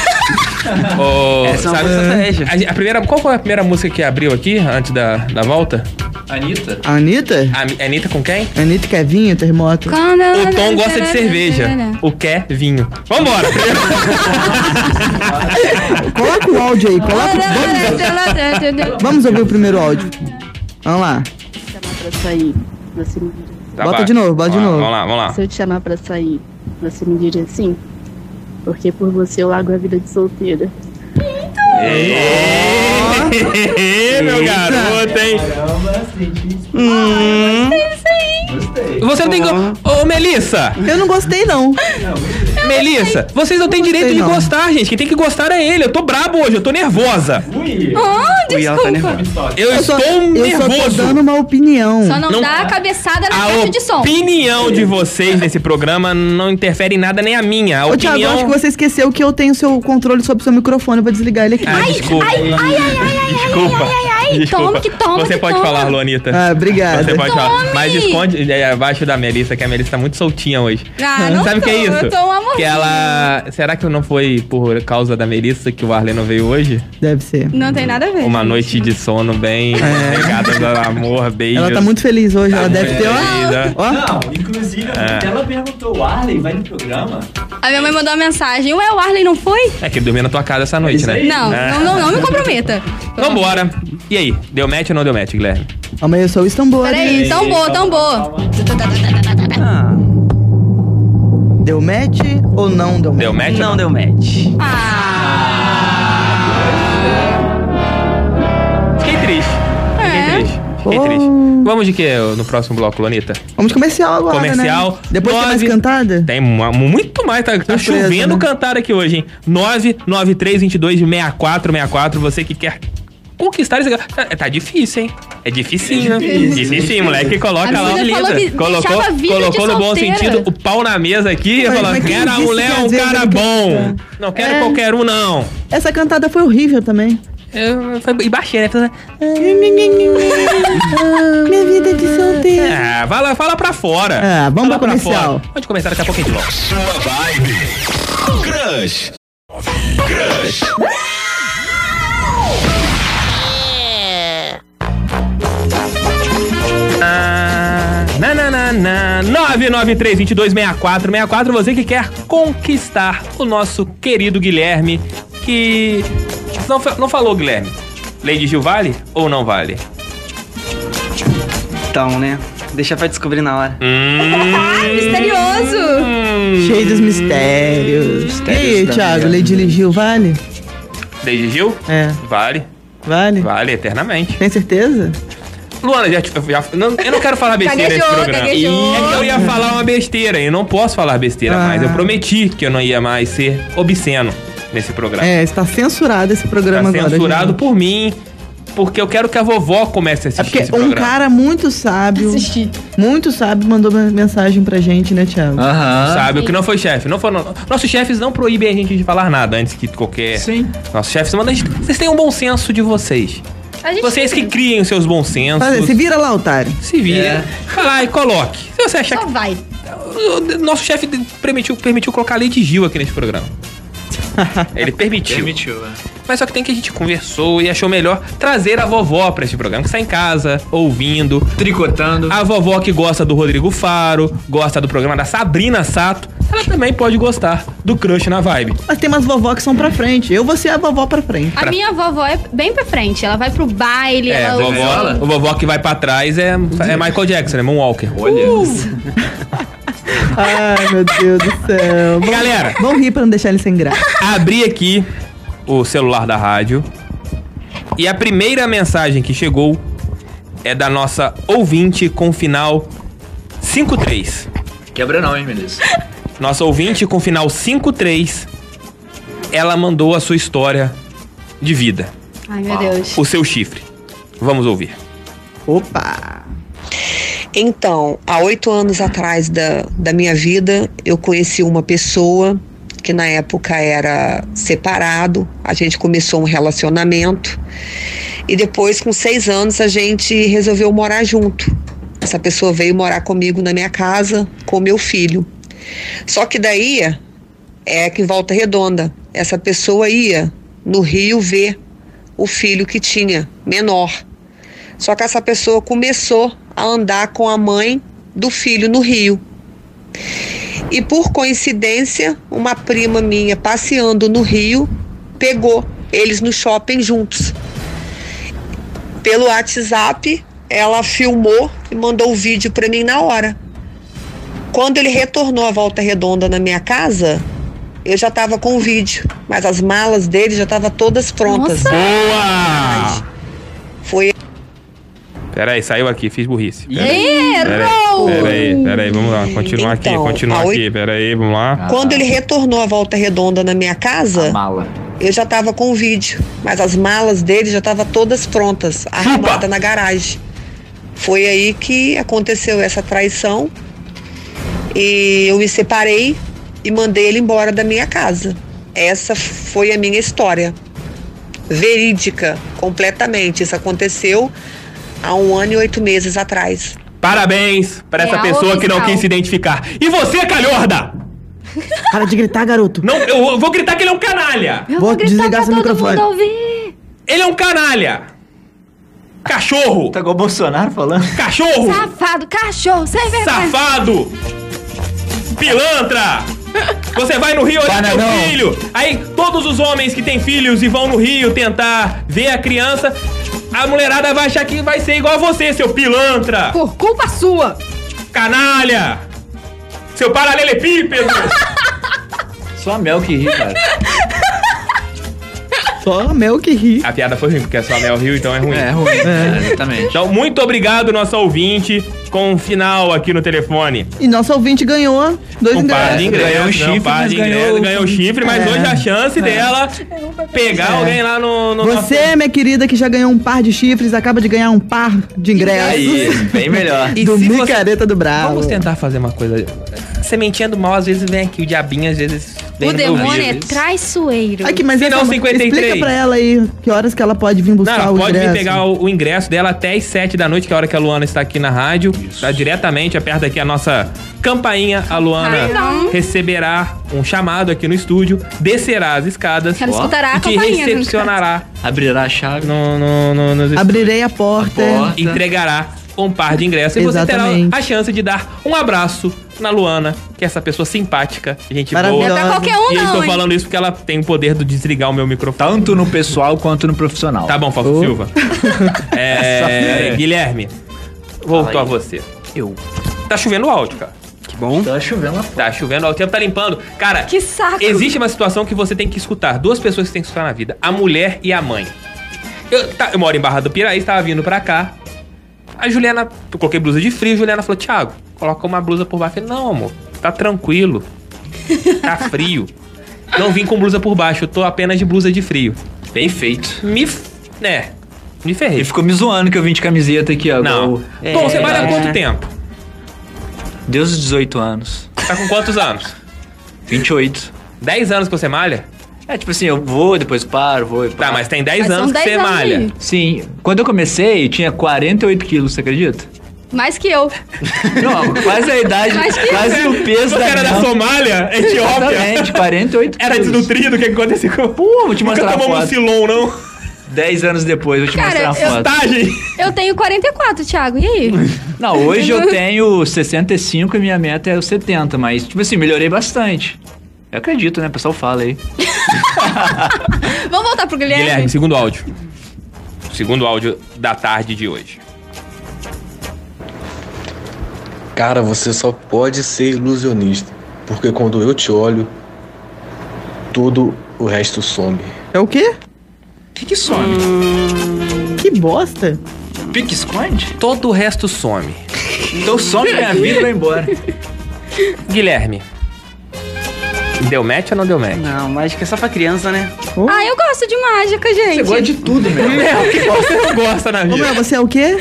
Speaker 1: Ô,
Speaker 6: Essa é uma
Speaker 1: sabe-
Speaker 6: boa estratégia.
Speaker 1: a, a primeira, qual foi a primeira música que abriu aqui, antes da, da volta?
Speaker 4: Anitta?
Speaker 5: A Anitta?
Speaker 1: A Mi- Anitta com quem?
Speaker 5: Anitta e
Speaker 3: [laughs]
Speaker 5: Kevinho, terremoto.
Speaker 3: Quando
Speaker 1: O Tom gosta de cerveja. O quer vinho. Vambora!
Speaker 5: Coloca o áudio aí, coloca. Vamos, vamos ouvir o primeiro áudio. Vamos lá.
Speaker 8: pra sair, você me diria.
Speaker 1: Tá,
Speaker 5: Bota
Speaker 1: vai.
Speaker 5: de novo, bota de
Speaker 1: Vamos lá,
Speaker 5: novo.
Speaker 1: Vamos lá, vamos
Speaker 8: Se
Speaker 1: lá.
Speaker 8: eu te chamar pra sair, você me diria sim? Porque por você eu largo a vida de solteira.
Speaker 1: Ê, meu garoto, hein? Você não tem. go- Ô, Melissa!
Speaker 5: Eu não gostei, não.
Speaker 1: Melissa, vocês não têm direito de
Speaker 5: gostei, não.
Speaker 1: gostar, gente. Quem tem que gostar é ele. Eu tô brabo hoje, eu tô nervosa.
Speaker 3: Oh,
Speaker 6: Ui, ela tá
Speaker 3: desculpa.
Speaker 6: nervosa.
Speaker 1: Eu,
Speaker 5: Eu
Speaker 1: estou
Speaker 5: só, eu só tô
Speaker 1: nervoso.
Speaker 5: dando uma opinião.
Speaker 3: Só não,
Speaker 1: Não- tá. Ah,
Speaker 3: dá a cabeçada na
Speaker 1: A
Speaker 3: caixa um de som.
Speaker 1: opinião de vocês nesse programa não interfere em nada, nem a minha. A
Speaker 5: Ô, Thiago, eu acho
Speaker 1: opinião.
Speaker 5: que você esqueceu que eu tenho seu controle sobre o seu microfone. Eu vou desligar ele aqui.
Speaker 1: Ah, desculpa.
Speaker 3: Ai, ai, ai, ai, ai,
Speaker 1: Desculpa.
Speaker 3: ai, ai, ai, ai.
Speaker 1: Desculpa.
Speaker 3: Toma que toma,
Speaker 1: Você
Speaker 3: que
Speaker 1: pode
Speaker 3: toma.
Speaker 1: falar, Luanita.
Speaker 5: Ah, obrigada.
Speaker 1: Você pode falar.
Speaker 3: Tome!
Speaker 1: Mas esconde é, abaixo da Melissa, que a Melissa tá muito soltinha hoje.
Speaker 3: Ah, não
Speaker 1: Sabe o que é
Speaker 3: tô,
Speaker 1: isso?
Speaker 3: eu tô um amorzinho.
Speaker 1: que ela. Será que não foi por causa da Melissa que o Arlen não veio hoje?
Speaker 5: Deve ser.
Speaker 3: Não tem nada a ver.
Speaker 1: Uma noite de sono bem pegada do amor, beijos.
Speaker 5: É. Ela tá muito feliz hoje.
Speaker 1: É.
Speaker 5: Ela deve ter, ó.
Speaker 1: Querida.
Speaker 5: ó.
Speaker 9: Não, inclusive,
Speaker 4: É.
Speaker 9: ela perguntou, o Arley vai no programa?
Speaker 3: A minha mãe mandou uma mensagem. Ué, o Arley não foi?
Speaker 1: É que ele dormiu na tua casa essa noite, né?
Speaker 3: Não,
Speaker 1: É.
Speaker 3: não, não, não me comprometa.
Speaker 1: Vambora. E aí, deu match ou não deu match, Guilherme?
Speaker 5: Amanhã eu sou o Istambul.
Speaker 3: Peraí, tão boa, tão boa.
Speaker 6: Ah,
Speaker 5: Deu match ou não deu match?
Speaker 1: Deu match? ou
Speaker 6: não deu match.
Speaker 3: Ah. é?
Speaker 1: Bem triste. Vamos de que no próximo bloco, Lonita?
Speaker 5: Vamos de comercial agora,
Speaker 1: Comercial.
Speaker 5: né? Depois tem mais
Speaker 1: nove-
Speaker 5: cantada?
Speaker 1: Tem uma- muito mais, tá, tá
Speaker 5: Surpresa,
Speaker 1: chovendo
Speaker 5: né?
Speaker 1: cantar aqui hoje, hein? 993-22-6464, você que quer conquistar esse... Tá, tá difícil, hein? É dificinho, né? Difícil, moleque, coloca
Speaker 3: A
Speaker 1: lá.
Speaker 3: menina falou que
Speaker 1: Colocou,
Speaker 3: deixava a vida
Speaker 1: colocou
Speaker 3: de
Speaker 1: no bom
Speaker 3: solteira.
Speaker 1: sentido o pau na mesa aqui e
Speaker 5: Mas-
Speaker 1: falou,
Speaker 5: mas quem
Speaker 1: quero um
Speaker 5: disse
Speaker 1: Léo,
Speaker 5: que
Speaker 1: um
Speaker 5: às vezes
Speaker 1: cara
Speaker 5: eu quero
Speaker 1: bom.
Speaker 5: conquistar?
Speaker 1: Não quero
Speaker 5: É.
Speaker 1: qualquer um, não.
Speaker 5: Essa cantada foi horrível também.
Speaker 1: Eu- Foi e baixei, né? Falei,
Speaker 5: Minha vida é de solteiro.
Speaker 1: Ah, vai lá, fala pra fora.
Speaker 5: Ah, vamos
Speaker 1: fala
Speaker 5: pra comercial.
Speaker 1: fora. Pode começar daqui a pouquinho de volta.
Speaker 2: Sua vibe. Crush. Crush.
Speaker 1: Na, na, na, na, 993-22-6464, você que quer conquistar o nosso querido Guilherme, que não, fa- não falou, Guilherme. Lady Gil vale ou não vale?
Speaker 6: Então, né? Deixa pra descobrir na hora.
Speaker 1: Hum.
Speaker 3: Ai, Ah, misterioso.
Speaker 1: É.
Speaker 5: Cheio dos mistérios. E aí,
Speaker 6: da
Speaker 5: Thiago,
Speaker 6: vida.
Speaker 5: Lady Ligil, vale?
Speaker 1: Lady Gil?
Speaker 5: É,
Speaker 1: Vale,
Speaker 5: vale?
Speaker 1: vale eternamente.
Speaker 5: Tem certeza?
Speaker 1: Luana, já, te- eu já- não, eu não quero falar besteira nesse
Speaker 3: Gaguejou,
Speaker 1: programa.
Speaker 3: gaguejou.
Speaker 1: É que eu ia falar uma besteira e não posso falar besteira
Speaker 5: Ah.
Speaker 1: mais. Eu prometi que eu não ia mais ser obsceno nesse programa.
Speaker 5: É, está censurado esse
Speaker 1: tá
Speaker 5: programa agora.
Speaker 1: censurado
Speaker 5: gente.
Speaker 1: por mim, porque eu quero que a vovó comece a
Speaker 5: É
Speaker 1: assistir
Speaker 5: porque
Speaker 1: esse
Speaker 5: um
Speaker 1: programa.
Speaker 5: cara muito sábio,
Speaker 3: Assisti.
Speaker 5: muito sábio, mandou uma mensagem pra gente, né,
Speaker 1: Ah,
Speaker 5: Thiago?
Speaker 4: Aham.
Speaker 1: Sabe, o que não foi chefe. Não foram, nossos chefes não proíbem a gente de falar nada antes que qualquer.
Speaker 4: Sim.
Speaker 1: Nossos chefes mandam. a gente- Vocês têm um bom senso de vocês.
Speaker 3: A gente um-
Speaker 1: Vocês que criem os seus bons sensos.
Speaker 5: Faz- se vira lá, otário.
Speaker 1: Se vira.
Speaker 4: É.
Speaker 1: Vai lá e coloque. Se você achar
Speaker 3: só
Speaker 1: que.
Speaker 3: vai.
Speaker 1: o Nosso chefe permitiu, permitiu colocar a Lady Gil aqui nesse
Speaker 4: [laughs]
Speaker 1: programa. Ele permitiu.
Speaker 4: Permitiu, é.
Speaker 1: Mas só que tem que a gente conversou e achou melhor trazer a vovó pra esse programa, que está em casa, ouvindo,
Speaker 4: Tricotando.
Speaker 1: A vovó que gosta do Rodrigo Faro, gosta do programa da Sabrina Sato, ela também pode gostar do Crush na Vibe.
Speaker 5: Mas tem umas vovó que são pra frente. Eu vou ser a vovó pra frente.
Speaker 3: A minha vovó é bem pra frente. Ela vai pro baile,
Speaker 1: É,
Speaker 3: ela
Speaker 1: vovó, o vovó que vai pra trás é, é Michael Jackson, é Moonwalker. Uh!
Speaker 4: Olha.
Speaker 5: Ai, meu Deus do céu. Vão-
Speaker 1: Galera,
Speaker 5: Vão rir pra não deixar ele sem graça.
Speaker 1: abri aqui o celular da rádio e a primeira mensagem que chegou é da nossa ouvinte com final 53.
Speaker 4: Quebra não, hein, Melissa.
Speaker 1: Nossa ouvinte com final 53, ela mandou a sua história de vida,
Speaker 3: Ai, meu Deus.
Speaker 1: o seu chifre. Vamos ouvir.
Speaker 5: Opa!
Speaker 10: Então, há oito anos atrás da, da minha vida, eu conheci uma pessoa que na época era separado. A gente começou um relacionamento e depois, com seis anos, a gente resolveu morar junto. Essa pessoa veio morar comigo na minha casa com meu filho. Só que daí é que em Volta Redonda essa pessoa ia no Rio ver o filho que tinha menor. Só que essa pessoa começou a andar com a mãe do filho no Rio. E por coincidência, uma prima minha passeando no Rio pegou eles no shopping juntos. Pelo WhatsApp, ela filmou e mandou o vídeo para mim na hora. Quando ele retornou à volta redonda na minha casa, eu já estava com o vídeo, mas as malas dele já estavam todas prontas.
Speaker 3: Nossa.
Speaker 1: Boa!
Speaker 10: Foi
Speaker 1: Peraí, saiu aqui, fiz burrice.
Speaker 3: Errou!
Speaker 1: Peraí, peraí, vamos lá, continuar aqui,
Speaker 10: Então,
Speaker 1: continuar
Speaker 10: a Ah. oi-
Speaker 1: aqui, peraí, vamos lá.
Speaker 10: Quando ele retornou à volta redonda na minha casa,
Speaker 4: Mala.
Speaker 10: eu já tava com o vídeo, mas as malas dele já estavam todas prontas, arrumada na garagem. Foi aí que aconteceu essa traição e eu me separei e mandei ele embora da minha casa. Essa foi a minha história. Verídica, completamente. Isso aconteceu há um ano e oito meses atrás.
Speaker 1: Parabéns pra essa
Speaker 3: Real
Speaker 1: pessoa que não
Speaker 3: oficial.
Speaker 1: quis se identificar. E você, calhorda!
Speaker 5: Para de gritar, garoto.
Speaker 1: Não, eu vou gritar que ele é um canalha!
Speaker 3: Eu
Speaker 5: Vou
Speaker 3: vou gritar
Speaker 5: desligar
Speaker 3: pra
Speaker 5: seu
Speaker 3: todo
Speaker 5: microfone.
Speaker 3: mundo ouvir.
Speaker 1: Ele é um canalha! Cachorro!
Speaker 4: Tá igual o Bolsonaro falando.
Speaker 1: Cachorro!
Speaker 3: Safado, cachorro, sem vergonha.
Speaker 1: Safado! Pilantra! Você vai no Rio olhar seu
Speaker 4: Bananão.
Speaker 1: filho! Aí todos os homens que têm filhos e vão no Rio tentar ver a criança, a mulherada vai achar que vai ser igual a você, seu pilantra!
Speaker 3: Por culpa sua.
Speaker 1: Canalha! Seu paralelepípedo!
Speaker 4: Só a Mel que ri, cara.
Speaker 5: Só a Mel que ri.
Speaker 1: [laughs] A piada foi ruim, porque é só Mel Rio, então é ruim.
Speaker 4: É ruim, é, exatamente.
Speaker 1: Então, muito obrigado, nosso ouvinte, com um final aqui no telefone.
Speaker 5: E nosso ouvinte ganhou dois
Speaker 1: Um par
Speaker 5: ingressos.
Speaker 1: de ingressos.
Speaker 4: Ganhou um chifre,
Speaker 1: um par
Speaker 4: mas
Speaker 1: de
Speaker 4: ganhou-
Speaker 1: ingressos, ganhou o chifre, mas
Speaker 5: É.
Speaker 1: hoje a chance dela pegar
Speaker 5: É.
Speaker 1: alguém lá no, no nosso-
Speaker 5: Você, é minha querida, que já ganhou um par de chifres, acaba de ganhar um par de
Speaker 4: Aí,
Speaker 5: ingressos.
Speaker 4: [laughs] bem melhor.
Speaker 1: E
Speaker 5: do
Speaker 1: se você-
Speaker 5: Micareta do Bravo.
Speaker 1: Vamos tentar fazer uma coisa. Sementinha do mal, às vezes vem aqui, o diabinho, às vezes vem
Speaker 3: O
Speaker 1: no
Speaker 3: demônio é
Speaker 1: ouvido.
Speaker 3: traiçoeiro.
Speaker 5: Aqui, mas
Speaker 1: Final
Speaker 5: essa-
Speaker 1: 53.
Speaker 5: explica pra ela aí que horas que ela pode vir buscar
Speaker 1: Não,
Speaker 5: o
Speaker 1: pode vir
Speaker 5: ingresso.
Speaker 1: pegar o, o ingresso dela até as 7 da noite, que é a hora que a Luana está aqui na rádio. Tá diretamente, aperta aqui a nossa campainha. A Luana receberá um chamado aqui no estúdio, descerá as escadas
Speaker 3: Ela escutará a
Speaker 1: e te
Speaker 3: campainha,
Speaker 1: recepcionará
Speaker 4: Abrirá a chave.
Speaker 1: no, no, no, nos
Speaker 5: Abrirei a porta.
Speaker 4: A porta.
Speaker 1: e entregará um par de ingressos. E você terá
Speaker 5: Exatamente.
Speaker 1: a chance de dar um abraço na Luana, que é essa pessoa simpática, gente boa.
Speaker 5: Maravilhosa.
Speaker 3: Não é pra qualquer um,
Speaker 1: E eu
Speaker 3: não,
Speaker 1: tô
Speaker 3: hein?
Speaker 1: falando isso porque ela tem o poder de desligar o meu microfone.
Speaker 4: Tanto no pessoal quanto no profissional.
Speaker 1: Tá bom, Fausto
Speaker 4: Oh.
Speaker 5: [laughs]
Speaker 1: Silva. É,
Speaker 4: fera.
Speaker 1: Guilherme, volto
Speaker 4: Fala
Speaker 1: a
Speaker 4: aí.
Speaker 1: você.
Speaker 4: Eu.
Speaker 1: Tá chovendo alto, cara.
Speaker 6: Que bom.
Speaker 4: Tá chovendo lá
Speaker 1: Tá chovendo alto, o tempo tá limpando. Cara,
Speaker 3: Que saco.
Speaker 1: existe uma situação que você tem que escutar. Duas pessoas que tem que escutar na vida. A mulher e a mãe. Eu, tá- eu moro em Barra do Piraí, tava vindo pra cá. A Juliana, eu coloquei blusa de frio, a Juliana falou, Thiago, coloca uma blusa por baixo. Eu falei, não, amor, tá tranquilo.
Speaker 3: [laughs]
Speaker 1: Tá frio. Não vim com blusa por baixo, eu tô apenas de blusa de frio.
Speaker 4: Bem feito.
Speaker 1: Me. f- né? Me ferrei.
Speaker 4: Ele ficou me zoando que eu vim de camiseta aqui, ó.
Speaker 1: Não.
Speaker 4: igual-
Speaker 1: Bom, você
Speaker 6: É,
Speaker 1: vai há
Speaker 6: é.
Speaker 4: né?
Speaker 1: quanto tempo?
Speaker 4: Deus dos 18 anos.
Speaker 1: Tá com quantos anos?
Speaker 4: 28.
Speaker 1: 10 anos que você malha?
Speaker 4: É, tipo assim, eu vou, depois paro, vou e
Speaker 1: Tá,
Speaker 4: paro.
Speaker 1: mas tem 10
Speaker 3: Mas são
Speaker 1: anos que
Speaker 3: 10
Speaker 1: você
Speaker 3: anos
Speaker 1: malha.
Speaker 3: aí.
Speaker 4: Sim, quando eu comecei, eu tinha 48 quilos, você acredita?
Speaker 3: Mais que eu.
Speaker 4: Não, quase a idade,
Speaker 3: Mas que-
Speaker 4: quase o peso
Speaker 1: Você
Speaker 4: da...
Speaker 1: era da
Speaker 4: não,
Speaker 1: Somália, Etiópia.
Speaker 4: Exatamente, 48
Speaker 1: Era
Speaker 4: quilos.
Speaker 1: desnutrido, o que aconteceu? Pô,
Speaker 4: vou te mostrar a
Speaker 1: Nunca tomamos
Speaker 4: foto.
Speaker 1: Silon, não.
Speaker 4: 10 anos depois, eu vou te
Speaker 3: Cara,
Speaker 4: mostrar
Speaker 3: eu-
Speaker 4: a foto.
Speaker 1: Tá, gente.
Speaker 3: Eu tenho 44, Thiago.
Speaker 1: [laughs]
Speaker 3: E aí?
Speaker 4: Não, hoje eu tenho 65 e minha meta é o 70, mas, tipo assim, melhorei bastante. Eu acredito, né? O pessoal fala aí.
Speaker 3: Vamos voltar pro Guilherme?
Speaker 1: Guilherme, segundo áudio. Segundo áudio da tarde de hoje.
Speaker 11: Cara, você só pode ser ilusionista, porque quando eu te olho, todo o resto some.
Speaker 5: É o quê?
Speaker 4: Que que some?
Speaker 5: Que bosta.
Speaker 4: Pique esconde?
Speaker 1: Todo o resto some.
Speaker 4: Então some minha vida e vai embora.
Speaker 1: Guilherme. Deu match ou não deu match? [laughs]
Speaker 6: Não, mágica é só pra criança, né?
Speaker 5: Hum?
Speaker 3: Ah, eu gosto de mágica, gente.
Speaker 4: de tudo, meu.
Speaker 1: Mel, o que você não gosta na
Speaker 5: Ô,
Speaker 1: vida?
Speaker 5: Mel, você é o
Speaker 3: [laughs]
Speaker 5: quê?